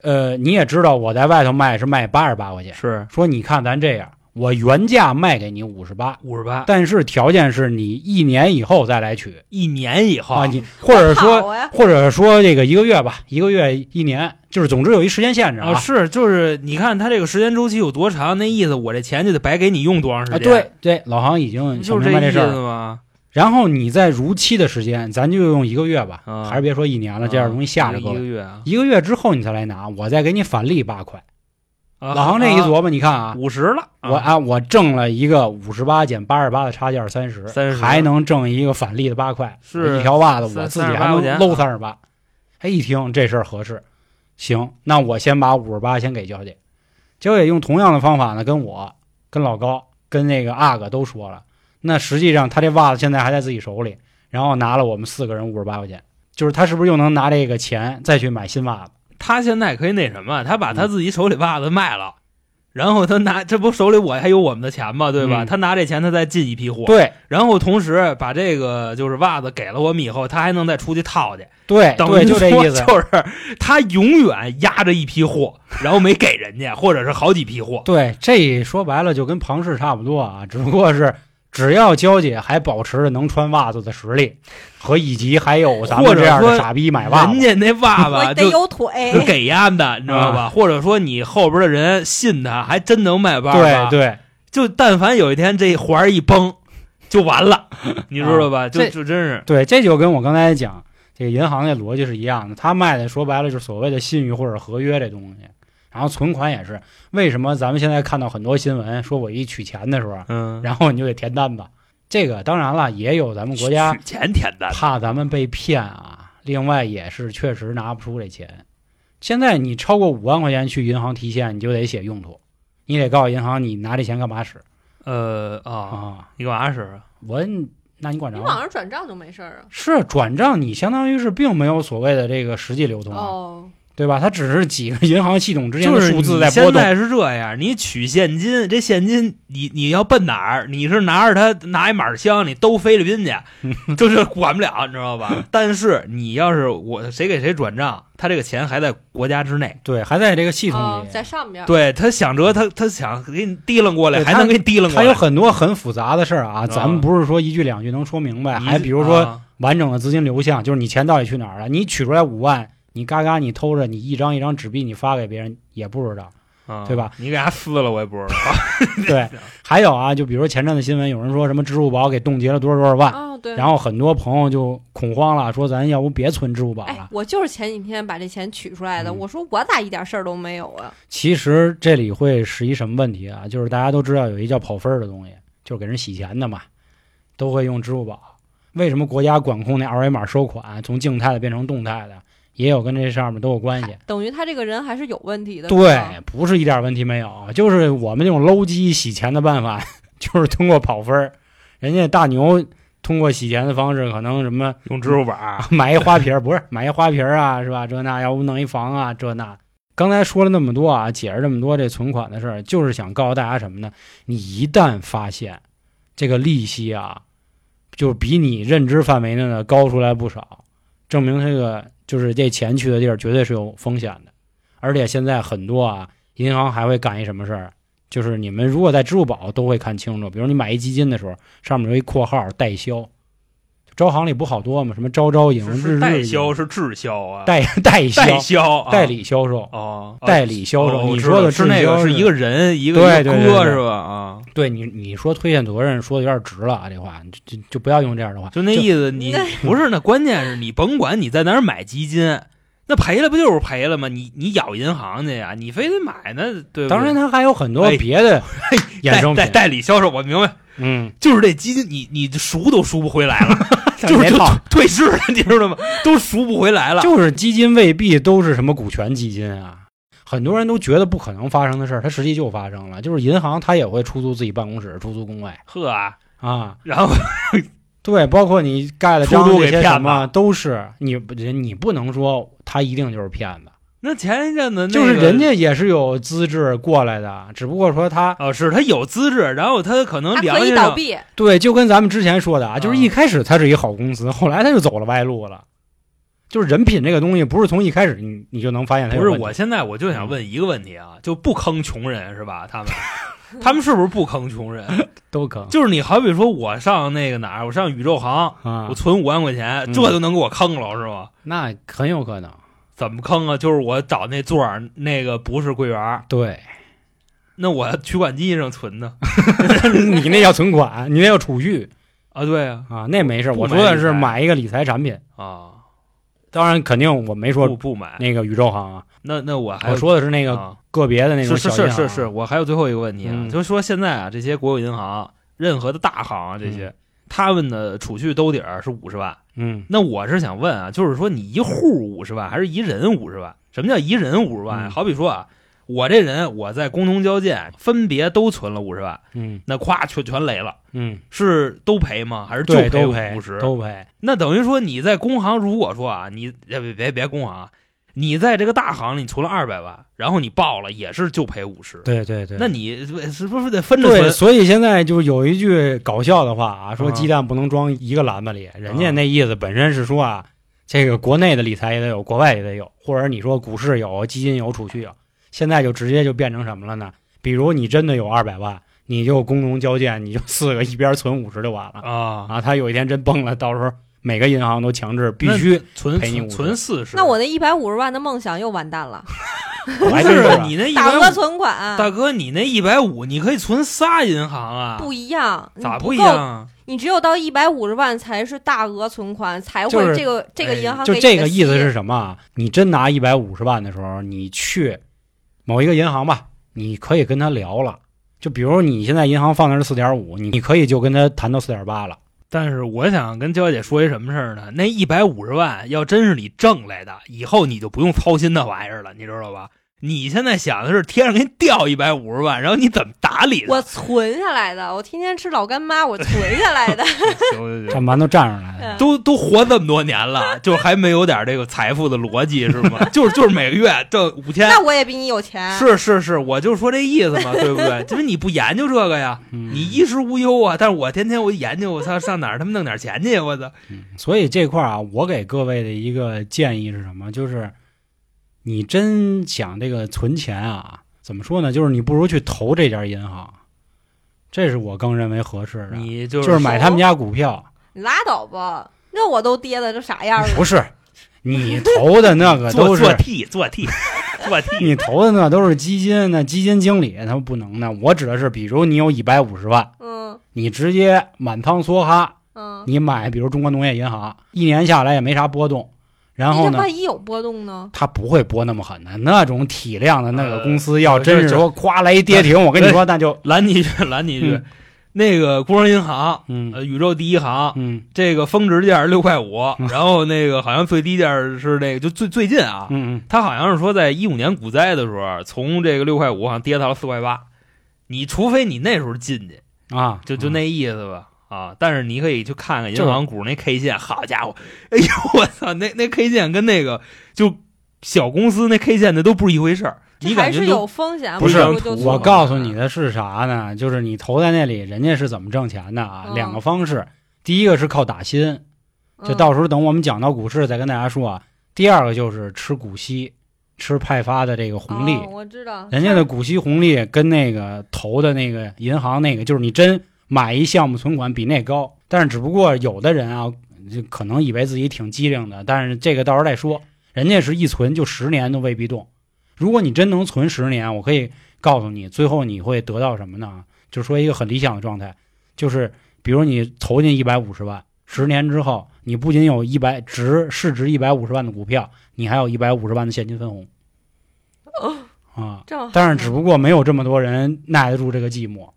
Speaker 2: 呃，你也知道我在外头卖是卖八十八块钱，
Speaker 3: 是
Speaker 2: 说你看咱这样，我原价卖给你五十八，
Speaker 3: 五十八，
Speaker 2: 但是条件是你一年以后再来取
Speaker 3: 一年以后
Speaker 2: 啊，你或者说
Speaker 4: 好呀，
Speaker 2: 或者说这个一个月吧，一个月一年，就是总之有一时间限制啊。
Speaker 3: 啊，是就是，你看他这个时间周期有多长，那意思我这钱就得白给你用多长时
Speaker 2: 啊，
Speaker 3: 间？
Speaker 2: 对对，老航已经想
Speaker 3: 不就是
Speaker 2: 明白
Speaker 3: 意
Speaker 2: 这事
Speaker 3: 思
Speaker 2: 儿了。
Speaker 3: 吗？
Speaker 2: 然后你在如期的时间，咱就用一个月吧，
Speaker 3: 啊
Speaker 2: 还是别说一年了，这样容易吓着
Speaker 3: 一
Speaker 2: 各
Speaker 3: 个一个
Speaker 2: 位。
Speaker 3: 月啊，
Speaker 2: 一个月之后你才来拿，我再给你返利八块。
Speaker 3: 啊
Speaker 2: 老航这一琢磨，你看啊，
Speaker 3: 五十了，
Speaker 2: 我啊我挣了一个五十八减八十八的差价三十，
Speaker 3: 30
Speaker 2: 还能挣一个返利的八块，
Speaker 3: 啊是
Speaker 2: 一条袜子我
Speaker 3: 三
Speaker 2: 自己
Speaker 3: 38
Speaker 2: 还
Speaker 3: 块钱
Speaker 2: 能搂
Speaker 3: 啊
Speaker 2: 三十八。哎，一听这事儿合适，行，那我先把五十八先给娇姐，娇姐用同样的方法呢，跟我、跟老高、跟那个阿哥都说了，那实际上他这袜子现在还在自己手里，然后拿了我们四个人五十八块钱，就是他是不是又能拿这个钱再去买新袜子？
Speaker 3: 他现在可以那什么，他把他自己手里袜子卖了，
Speaker 2: 嗯
Speaker 3: 然后他拿这不手里我还有我们的钱吗？对吧？
Speaker 2: 嗯
Speaker 3: 他拿这钱他再进一批货，
Speaker 2: 对
Speaker 3: 然后同时把这个就是袜子给了我们以后，他还能再出去套去，
Speaker 2: 对
Speaker 3: 等
Speaker 2: 哎对，
Speaker 3: 于
Speaker 2: 就这
Speaker 3: 说
Speaker 2: 意思。
Speaker 3: 就是他永远压着一批 货，然后没给人家，或者是好几批货。
Speaker 2: 对，这说白了就跟庞氏差不多啊，只不过是只要娇姐还保持着能穿袜子的实力，和以及还有咱
Speaker 3: 或
Speaker 2: 们
Speaker 3: 者
Speaker 2: 这样的
Speaker 3: 说
Speaker 2: 傻逼买袜
Speaker 3: 人
Speaker 2: 子，啊
Speaker 3: 家那爸爸
Speaker 4: 我得
Speaker 3: 就
Speaker 4: 有
Speaker 3: 就
Speaker 4: 腿，
Speaker 3: 给压的，你知道吧？或者说你后边的人信他，还真能卖包
Speaker 2: 对
Speaker 3: 吧？，
Speaker 2: 对，
Speaker 3: 就但凡有一天这环儿一崩，就完了， 你知道
Speaker 4: 啊
Speaker 3: 吧？就
Speaker 2: 这
Speaker 3: 就真是
Speaker 2: 对，这就跟我刚才讲这个银行的逻辑是一样的，他卖的说白了就是所谓的信誉或者合约这东西，然后存款也是。为什么咱们现在看到很多新闻说我一取钱的时候，啊
Speaker 3: 嗯，
Speaker 2: 然后你就得填单子？这个当然了，也有咱们国家
Speaker 3: 取钱填的，
Speaker 2: 怕咱们被骗啊，另外也是确实拿不出这钱。现在你超过五万块钱去银行提现，你就得写用途，你得告诉银行你拿这钱干嘛使
Speaker 3: 呃啊，
Speaker 2: 啊。
Speaker 3: 你干嘛使啊？
Speaker 2: 我那你管着
Speaker 4: 你
Speaker 2: 吗？
Speaker 4: 网上转账就没事儿啊。
Speaker 2: 是转账，你相当于是并没有所谓的这个实际流通啊，
Speaker 4: 哦，
Speaker 2: 对吧？它只是几个银行系统之间
Speaker 3: 就
Speaker 2: 的
Speaker 3: 是
Speaker 2: 数字
Speaker 3: 你
Speaker 2: 在波
Speaker 3: 现
Speaker 2: 动。
Speaker 3: 在是这样，你取现金，这现金你你要奔哪儿？你是拿着它拿一马箱，你兜菲律 宾去，就是管不了，你知道吧？但是你要是我谁给谁转账，他这个钱还在国家之内。
Speaker 2: 对，还在这个系统
Speaker 4: 哦
Speaker 2: 里，，
Speaker 4: 在上边儿。
Speaker 3: 对他想着他他想给你提楞过来，
Speaker 2: 对
Speaker 3: 还
Speaker 2: 他
Speaker 3: 能给你提楞过
Speaker 2: 它
Speaker 3: 来。
Speaker 2: 有很多很复杂的事儿啊，
Speaker 3: 啊
Speaker 2: 咱们不是说一句两句能说明白。
Speaker 3: 你
Speaker 2: 还比如说
Speaker 3: 啊
Speaker 2: 完整的资金流向，就是你钱到底去哪儿了？你取出来五万，你嘎嘎你偷着，你一张一张纸币你发给别人也不知道。
Speaker 3: 啊
Speaker 2: 对吧？
Speaker 3: 你给他撕了，我也不知道。
Speaker 2: 对，还有啊，就比如说前阵子新闻，有人说什么支付宝给冻结了多少多少万，
Speaker 4: 哦，对。
Speaker 2: 然后很多朋友就恐慌了，说咱要不别存支付宝
Speaker 4: 哎
Speaker 2: 了，。
Speaker 4: 我就是前几天把这钱取出来的。
Speaker 2: 嗯
Speaker 4: 我说我咋一点事儿都没有啊？
Speaker 2: 其实这里会是一什么问题啊？就是大家都知道有一叫跑分儿的东西，就是给人洗钱的嘛，都会用支付宝。为什么国家管控那二维码收款从静态的变成动态的？也有跟这上面都有关系。
Speaker 4: 等于他这个人还是有问题的。是吧
Speaker 2: 对，不是一点问题没有，就是我们这种搂鸡洗钱的办法， 就是通过跑分儿。人家大牛通过洗钱的方式，可能什么
Speaker 3: 用支付宝，
Speaker 2: 买一花瓶儿，不是买一花瓶儿啊，是吧？这那，要不弄一房啊，这那。刚才说了那么多啊，解释这么多这存款的事儿，就是想告诉大家什么呢？你一旦发现这个利息啊，就比你认知范围内的高出来不少，证明这个就是这钱去的地儿绝对是有风险的。而且现在很多啊，银行还会干一什么事儿？就是你们如果在支付宝都会看清楚，比如你买一基金的时候，上面有一括号代销，招行里不好多吗？什么招招营、
Speaker 3: 是
Speaker 2: 日日
Speaker 3: 是代
Speaker 2: 营
Speaker 3: 销是滞销啊，
Speaker 2: 代代销、
Speaker 3: 代销啊
Speaker 2: 代理销售，
Speaker 3: 哦，
Speaker 2: 代理销售。
Speaker 3: 哦我
Speaker 2: 你
Speaker 3: 知
Speaker 2: 说
Speaker 3: 道
Speaker 2: 的
Speaker 3: 是那
Speaker 2: 滞销
Speaker 3: 个
Speaker 2: 是
Speaker 3: 一个人一个
Speaker 2: 对
Speaker 3: 一个
Speaker 2: 对对
Speaker 3: 哥
Speaker 2: 对
Speaker 3: 是吧？啊，
Speaker 2: 对你你说推卸责任说的有点直了啊，这话你就就就不要用这样的话。
Speaker 3: 就那意思，你不是那关键是你甭管你在哪儿买基金，那赔了不就是赔了吗？你你咬银行去呀，你非得买呢，对不对？
Speaker 2: 当然，它还有很多
Speaker 3: 哎
Speaker 2: 别的衍
Speaker 3: 代
Speaker 2: 生
Speaker 3: 代
Speaker 2: 品，
Speaker 3: 代理销售，我明白，
Speaker 2: 嗯，
Speaker 3: 就是这基金，你你赎都赎不回来了，就是
Speaker 2: 别
Speaker 3: 就
Speaker 2: 套
Speaker 3: 退市了，你知道吗？都赎不回来了。
Speaker 2: 就是基金未必都是什么股权基金啊，很多人都觉得不可能发生的事儿，它实际就发生了。就是银行它也会出租自己办公室、出租工位
Speaker 3: 呵啊，
Speaker 2: 啊，
Speaker 3: 然后
Speaker 2: 对，包括你盖了
Speaker 3: 出
Speaker 2: 章
Speaker 3: 租
Speaker 2: 这
Speaker 3: 给
Speaker 2: 些
Speaker 3: 骗
Speaker 2: 什么，
Speaker 3: 子
Speaker 2: 都是你不你不能说他一定就是骗子。
Speaker 3: 那前一阵子那个
Speaker 2: 就是人家也是有资质过来的，只不过说他
Speaker 3: 哦，是他有资质，然后他可能
Speaker 4: 他
Speaker 3: 良
Speaker 4: 可以
Speaker 3: 心
Speaker 4: 倒
Speaker 3: 上
Speaker 4: 闭，
Speaker 2: 对，就跟咱们之前说的啊，就是
Speaker 3: 嗯
Speaker 2: 一开始他是一好公司，后来他就走了歪路了。就是人品这个东西，不是从一开始你你就能发现他有
Speaker 3: 哎不是，
Speaker 2: 问题嗯
Speaker 3: 我现在我就想问一个问题啊，就不坑穷人 是吧？他们，他们是不是不坑穷人？
Speaker 2: 都坑
Speaker 3: 就是你好比说我上那个哪儿，我上宇宙行，
Speaker 2: 啊
Speaker 3: 我，存五万块钱，
Speaker 2: 嗯
Speaker 3: 这就能给我坑了是吗？
Speaker 2: 那很有可能
Speaker 3: 怎么坑啊？就是我找那座儿那个不是柜员，
Speaker 2: 对
Speaker 3: 那我取款机上存呢？
Speaker 2: 你那叫存款，你那叫储蓄
Speaker 3: 啊，对啊，
Speaker 2: 啊，那没事。
Speaker 3: 不
Speaker 2: 我
Speaker 3: 买
Speaker 2: 说的
Speaker 3: 理
Speaker 2: 是
Speaker 3: 财
Speaker 2: 买一个理财产品，
Speaker 3: 啊，
Speaker 2: 当然肯定我没
Speaker 3: 不
Speaker 2: 说
Speaker 3: 不买，
Speaker 2: 那个宇宙行啊，
Speaker 3: 那那我还
Speaker 2: 我
Speaker 3: 有
Speaker 2: 说的是那个
Speaker 3: 啊
Speaker 2: 个别的那种
Speaker 3: 是
Speaker 2: 小
Speaker 3: 是
Speaker 2: 银行
Speaker 3: 是
Speaker 2: 啊
Speaker 3: 是是，我还有最后一个问题啊，
Speaker 2: 嗯
Speaker 3: 就是说现在啊，这些国有银行、任何的大行啊，这些、
Speaker 2: 嗯
Speaker 3: 他们的储蓄兜底儿是五十万。
Speaker 2: 嗯
Speaker 3: 那我是想问啊，就是说你一户五十万，还是一人五十万？什么叫一人五十万？
Speaker 2: 嗯
Speaker 3: 好比说啊，我这人我在工农交建分别都存了五十万，
Speaker 2: 嗯
Speaker 3: 那咵全全雷了，
Speaker 2: 嗯，
Speaker 3: 是都赔吗？还是就
Speaker 2: 对，
Speaker 3: 赔
Speaker 2: 都赔
Speaker 3: 五十？
Speaker 2: 都赔，
Speaker 3: 那等于说你在工行，如果说啊，你别别别别工行啊，你在这个大行里存了二百万，然后你报了也是就赔五十。
Speaker 2: 对对对。
Speaker 3: 那你是不是得分着
Speaker 2: 对，
Speaker 3: 存？
Speaker 2: 所以现在就是有一句搞笑的话啊，说
Speaker 3: 啊
Speaker 2: 鸡蛋不能装一个篮子里。人
Speaker 3: 嗯
Speaker 2: 家那意思本身是说啊，这个国内的理财也得有，国外也得有，或者你说股市有，基金有，储蓄有。现在就直接就变成什么了呢？比如你真的有二百万，你就工农交建，你就四个一边存五十就完了
Speaker 3: 啊，
Speaker 2: 啊。他有一天真崩了，到时候每个银行都强制必须
Speaker 3: 存
Speaker 2: 赔你
Speaker 3: 存
Speaker 2: 50
Speaker 3: 存四十。
Speaker 4: 那我那一百五十万的梦想又完蛋 了。
Speaker 2: 不
Speaker 3: 不是哎你那一
Speaker 4: 打
Speaker 3: 百
Speaker 4: 个
Speaker 3: 五，
Speaker 4: 存款，啊
Speaker 3: 大哥，你那一百五你可以存仨银行啊？
Speaker 4: 不一样，
Speaker 3: 咋
Speaker 4: 不
Speaker 3: 一
Speaker 4: 够
Speaker 3: 样啊？
Speaker 4: 你只有到一百五十万才是大额存款，才会
Speaker 2: 就是
Speaker 4: 这个、这个
Speaker 3: 哎
Speaker 4: 银行
Speaker 2: 就
Speaker 4: 给
Speaker 2: 这
Speaker 4: 你
Speaker 2: 个
Speaker 4: 的
Speaker 2: 意思
Speaker 4: 息
Speaker 2: 是什么啊？你真拿一百五十万的时候，你去某一个银行吧，你可以跟他聊了。就比如你现在银行放的是四点五，你你可以就跟他谈到四点八了。
Speaker 3: 但是我想跟娇姐说一什么事儿呢？那一百五十万要真是你挣来的，以后你就不用操心那玩意儿了，你知道吧？你现在想的是天上给你掉一百五十万，然后你怎么打理它？
Speaker 4: 我存下来的，我天天吃老干妈，我存下 来的。嗯
Speaker 3: 行行行
Speaker 2: 干嘛都站上来了。
Speaker 3: 都都活这么多年 了，就还没有点这个财富的逻辑是吗？就是就是每个月挣五千，
Speaker 4: 那我也比你有钱，
Speaker 3: 是是是，我就说这意思嘛，对不对？ 就是你不研究这个呀，
Speaker 2: 嗯
Speaker 3: 你衣食无忧啊。但是我天天我一研究，我操，上哪儿他妈弄点钱去？我操！
Speaker 2: 所以这块儿啊，我给各位的一个建议是什么？就是你真想这个存钱啊，怎么说呢？就是你不如去投这家银行，这是我更认为合适的。
Speaker 3: 你
Speaker 2: 就
Speaker 3: 就是
Speaker 2: 买他们家股票，
Speaker 4: 你拉倒吧，那我都跌的这啥样了
Speaker 2: 不。是你投的那个都
Speaker 3: 做
Speaker 2: 是
Speaker 3: 做 T 做 T 做 T，
Speaker 2: 你投的那都是基金，那基金经理他们不能呢。我指的是，比如你有一百五十万，
Speaker 4: 嗯
Speaker 2: 你直接满仓梭哈，
Speaker 4: 嗯，
Speaker 2: 你买比如中国农业银行，一年下来也没啥波动。然后
Speaker 4: 那
Speaker 2: 呢，
Speaker 4: 哎万一有波动呢？
Speaker 2: 它不会波那么狠的。那种体量的那个公司，要
Speaker 3: 呃
Speaker 2: 真是
Speaker 3: 就
Speaker 2: 说夸来一跌停，我跟你说那就
Speaker 3: 拦你一句，拦你一句
Speaker 2: 嗯。
Speaker 3: 那个工商银行，
Speaker 2: 嗯
Speaker 3: 呃，宇宙第一行，
Speaker 2: 嗯
Speaker 3: 这个峰值价是六块五，然后那个好像最低价是那个就最最近啊，
Speaker 2: 嗯
Speaker 3: 他好像是说在一五年股灾的时候，啊从这个六块五好像跌到了四块八，你除非你那时候进去，
Speaker 2: 嗯啊，
Speaker 3: 就就那意思吧。啊！但是你可以去看看银
Speaker 2: 就是
Speaker 3: 行股那 K 线，好家伙，哎呦我操，那那 K 线跟那个就小公司那 K 线那都不是一回事儿，
Speaker 4: 这
Speaker 3: 你
Speaker 4: 还
Speaker 3: 感觉
Speaker 4: 是
Speaker 3: 都
Speaker 4: 有风险，
Speaker 3: 不是
Speaker 4: 如就
Speaker 3: 图
Speaker 4: 错
Speaker 2: 我
Speaker 4: 了
Speaker 2: 告诉你的是啥呢？就是你投在那里，人家是怎么挣钱的啊？
Speaker 4: 嗯
Speaker 2: 两个方式，第一个是靠打新，就
Speaker 4: 嗯
Speaker 2: 到时候等我们讲到股市再跟大家说啊。第二个就是吃股息，吃派发的这个红利
Speaker 4: 哦，我知道
Speaker 2: 人家的股息红利跟那个投的那个银行那个，就是你真买一项目存款比那高，但是只不过有的人啊，就可能以为自己挺机灵的，但是这个到时候再说。人家是一存就十年都未必动，如果你真能存十年，我可以告诉你，最后你会得到什么呢？就说一个很理想的状态，就是比如你投进一百五十万，十年之后，你不仅有一百值市值一百五十万的股票，你还有一百五十万的现金分红。啊，
Speaker 4: 这么好嗯
Speaker 2: 但是只不过没有这么多人耐得住这个寂寞，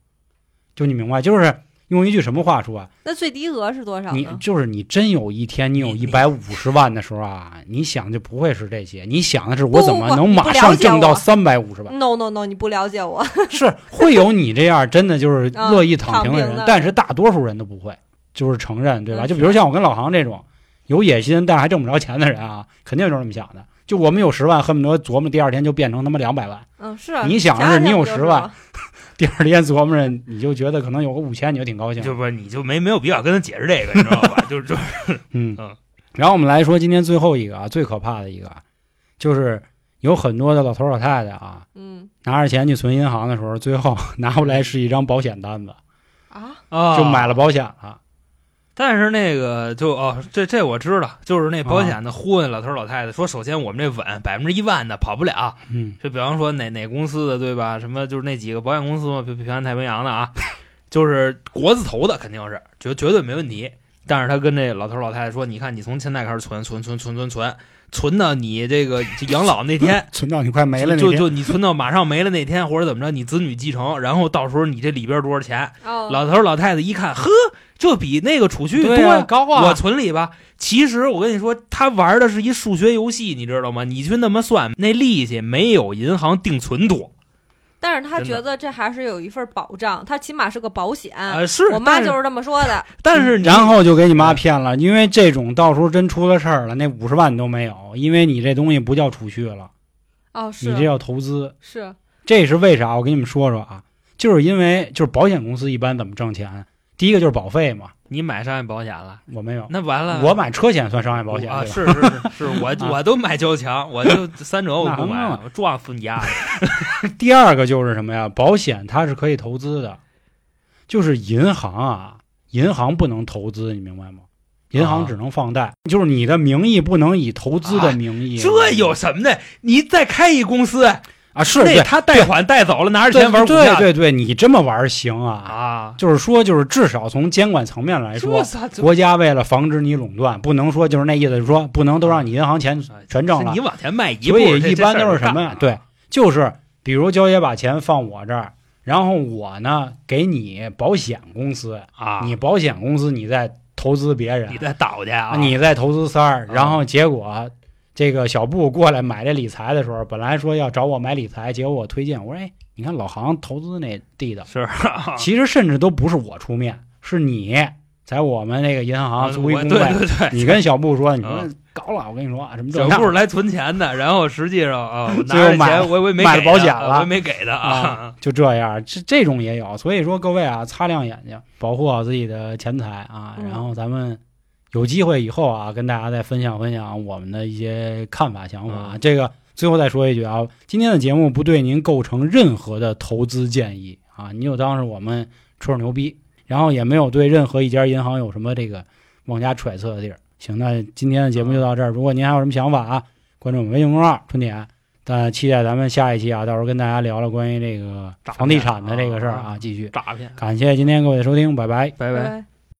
Speaker 2: 就你明白？就是用一句什么话说啊？
Speaker 4: 那最低额是多啊嗯少
Speaker 2: 你
Speaker 4: 呢？
Speaker 2: 就是你真有一天你有
Speaker 3: 你
Speaker 2: 一
Speaker 3: 你
Speaker 2: 百五十万的时候啊，你想就不会是这些，你想的是我怎
Speaker 4: 不
Speaker 2: 么
Speaker 4: 不
Speaker 2: 能
Speaker 4: 你不
Speaker 2: 马
Speaker 4: 了
Speaker 2: 上
Speaker 4: 解
Speaker 2: 挣到
Speaker 4: 我
Speaker 2: 三百五十 万？
Speaker 4: No No No，你不了解我，
Speaker 2: 是会有你这样真的就是
Speaker 4: 啊
Speaker 2: 乐意躺
Speaker 4: 躺
Speaker 2: 平的
Speaker 4: 平
Speaker 2: 人
Speaker 4: 的，
Speaker 2: 但是大多数人都不会，就是承认对吧？
Speaker 4: 嗯
Speaker 2: 就比如像我跟老航这种有野心但还挣不着钱的人啊，肯定就是这么想的。就我们有十万，恨不得琢磨第二天就变成他妈两百万。
Speaker 4: 嗯，是啊
Speaker 2: 你想
Speaker 4: 想
Speaker 2: 是你
Speaker 4: 想
Speaker 2: 有
Speaker 4: 就
Speaker 2: 10
Speaker 4: 知
Speaker 2: 万
Speaker 4: 道
Speaker 2: 第二天琢磨着，你就觉得可能有个五千，你就挺高兴。
Speaker 3: 就不是你就没没有必要跟他解释这个，你知道吧？ 就是就是
Speaker 2: 嗯
Speaker 3: 嗯。
Speaker 2: 然后我们来说今天最后一个啊，最可怕的一个啊，就是有很多的老头老太太啊，
Speaker 4: 嗯
Speaker 2: 拿着钱去存银行的时候，最后拿回来是一张保险单子，
Speaker 4: 啊，
Speaker 3: 啊，
Speaker 2: 就买了保险了。
Speaker 3: 但是那个就哦，这这我知道，就是那
Speaker 2: 啊
Speaker 3: 保险的忽悠老头儿老太太说，首先我们这稳百分之一万的跑不了，
Speaker 2: 嗯
Speaker 3: 就比方说哪哪公司的对吧？什么就是那几个保险公司嘛，平平安太平洋的啊，就是国字头的肯定是绝绝对没问题。但是他跟这老头儿老太太说，你看你从现在开始存存存存存存，存到你这个养老那天，
Speaker 2: 存到你快 没了那
Speaker 3: 就
Speaker 2: 天，
Speaker 3: 就你存到马上没了那天，或者怎么着，你子女继承，然后到时候你这里边多少钱？
Speaker 4: 哦
Speaker 3: 老头儿老太太一看，呵，这比那个储蓄多
Speaker 2: 对
Speaker 3: 呀、
Speaker 2: 啊，高啊！
Speaker 3: 我存里吧。其实我跟你说，他玩的是一数学游戏，你知道吗？你去那么算，那利息没有银行定存多
Speaker 4: 但是他
Speaker 3: 真的
Speaker 4: 觉得这还是有一份保障，他起码是个保险。
Speaker 3: 啊、是，
Speaker 4: 嗯我妈
Speaker 3: 但
Speaker 4: 就是这么说的，
Speaker 3: 但是你
Speaker 2: 然后就给你妈骗了，因为这种到时候真出了事儿了，那五十万你都没有，因为你这东西不叫储蓄了，
Speaker 4: 哦，
Speaker 2: 你
Speaker 3: 啊
Speaker 2: 这
Speaker 4: 是
Speaker 2: 叫投资。
Speaker 4: 是，啊
Speaker 2: 这是为啥？我跟你们说说啊，就是因为就是保险公司一般怎么挣钱？第一个就是保费嘛，
Speaker 3: 你买商业保险了，
Speaker 2: 我没有，
Speaker 3: 那完了，
Speaker 2: 我买车险算商业保险
Speaker 3: 啊，
Speaker 2: 对吧？
Speaker 3: 是是是，是 我我都买交强，我就三者我不
Speaker 2: 那
Speaker 3: 买
Speaker 2: 能，
Speaker 3: 我撞死你丫 的！
Speaker 2: 第二个就是什么呀？保险它是可以投资的，就是银行啊，银行不能投资，你明白吗？银行
Speaker 3: 啊
Speaker 2: 只能放贷，就是你的名义不能以投资的名义。
Speaker 3: 这有什么的？你再开一公司，
Speaker 2: 啊？是
Speaker 3: 那
Speaker 2: 对，
Speaker 3: 他贷款贷走了，拿着
Speaker 2: 对
Speaker 3: 钱玩股
Speaker 2: 对
Speaker 3: 票
Speaker 2: 对对，你这么玩儿行啊？
Speaker 3: 啊！
Speaker 2: 就是说，就是至少从监管层面来说啊
Speaker 3: 这，操这
Speaker 2: 国家为了防止你垄断，不能说就是那意思，就是说不能都让你银行钱
Speaker 3: 哎
Speaker 2: 全挣了
Speaker 3: 你。往前迈一步，
Speaker 2: 所以
Speaker 3: 这
Speaker 2: 一般
Speaker 3: 这事儿
Speaker 2: 都是
Speaker 3: 就
Speaker 2: 什么呀
Speaker 3: 干？了
Speaker 2: 对，就是比如娇姐把钱放我这儿，然后我呢给你保险公司，
Speaker 3: 啊，
Speaker 2: 你保险公司你再投资别人
Speaker 3: 你，再倒去啊！
Speaker 2: 你再投资三儿，
Speaker 3: 啊
Speaker 2: 然后结果这个小布过来买这理财的时候，本来说要找我买理财，结果我推荐，我说哎，你看老航投资那地的，
Speaker 3: 是啊，
Speaker 2: 其实甚至都不是我出面，是你在我们那个银行租一
Speaker 3: 啊
Speaker 2: 工
Speaker 3: 嗯我对
Speaker 2: 位。
Speaker 3: 对 对，
Speaker 2: 你跟小布说，你说
Speaker 3: 嗯
Speaker 2: 搞了，我跟你说啊，什么这
Speaker 3: 小
Speaker 2: 那
Speaker 3: 布来存钱的，然后实际上啊，我拿
Speaker 2: 最后
Speaker 3: 着
Speaker 2: 买了
Speaker 3: 钱，我我也没
Speaker 2: 买了
Speaker 3: 给他
Speaker 2: 保险了
Speaker 3: 我也没给他啊
Speaker 2: 啊，就这样，这这种也有。所以说，各位啊，擦亮眼睛，保护好自己的钱财啊。
Speaker 4: 嗯
Speaker 2: 然后咱们有机会以后啊，跟大家再分享分享我们的一些看法、想法。啊
Speaker 3: 嗯
Speaker 2: 这个最后再说一句啊，今天的节目不对您构成任何的投资建议啊，你就当是我们吹吹牛逼，然后也没有对任何一家银行有什么这个妄加揣测的地儿。行，那今天的节目就到这儿。如果您还有什么想法啊，关注我们微信公众号“春点”。但期待咱们下一期啊，到时候跟大家聊聊关于这个
Speaker 3: 诈骗
Speaker 2: 房地产的这个事儿
Speaker 3: 啊
Speaker 2: 啊，继续。
Speaker 3: 诈骗，
Speaker 2: 感谢今天各位的收听，拜拜。
Speaker 3: 拜
Speaker 4: 拜。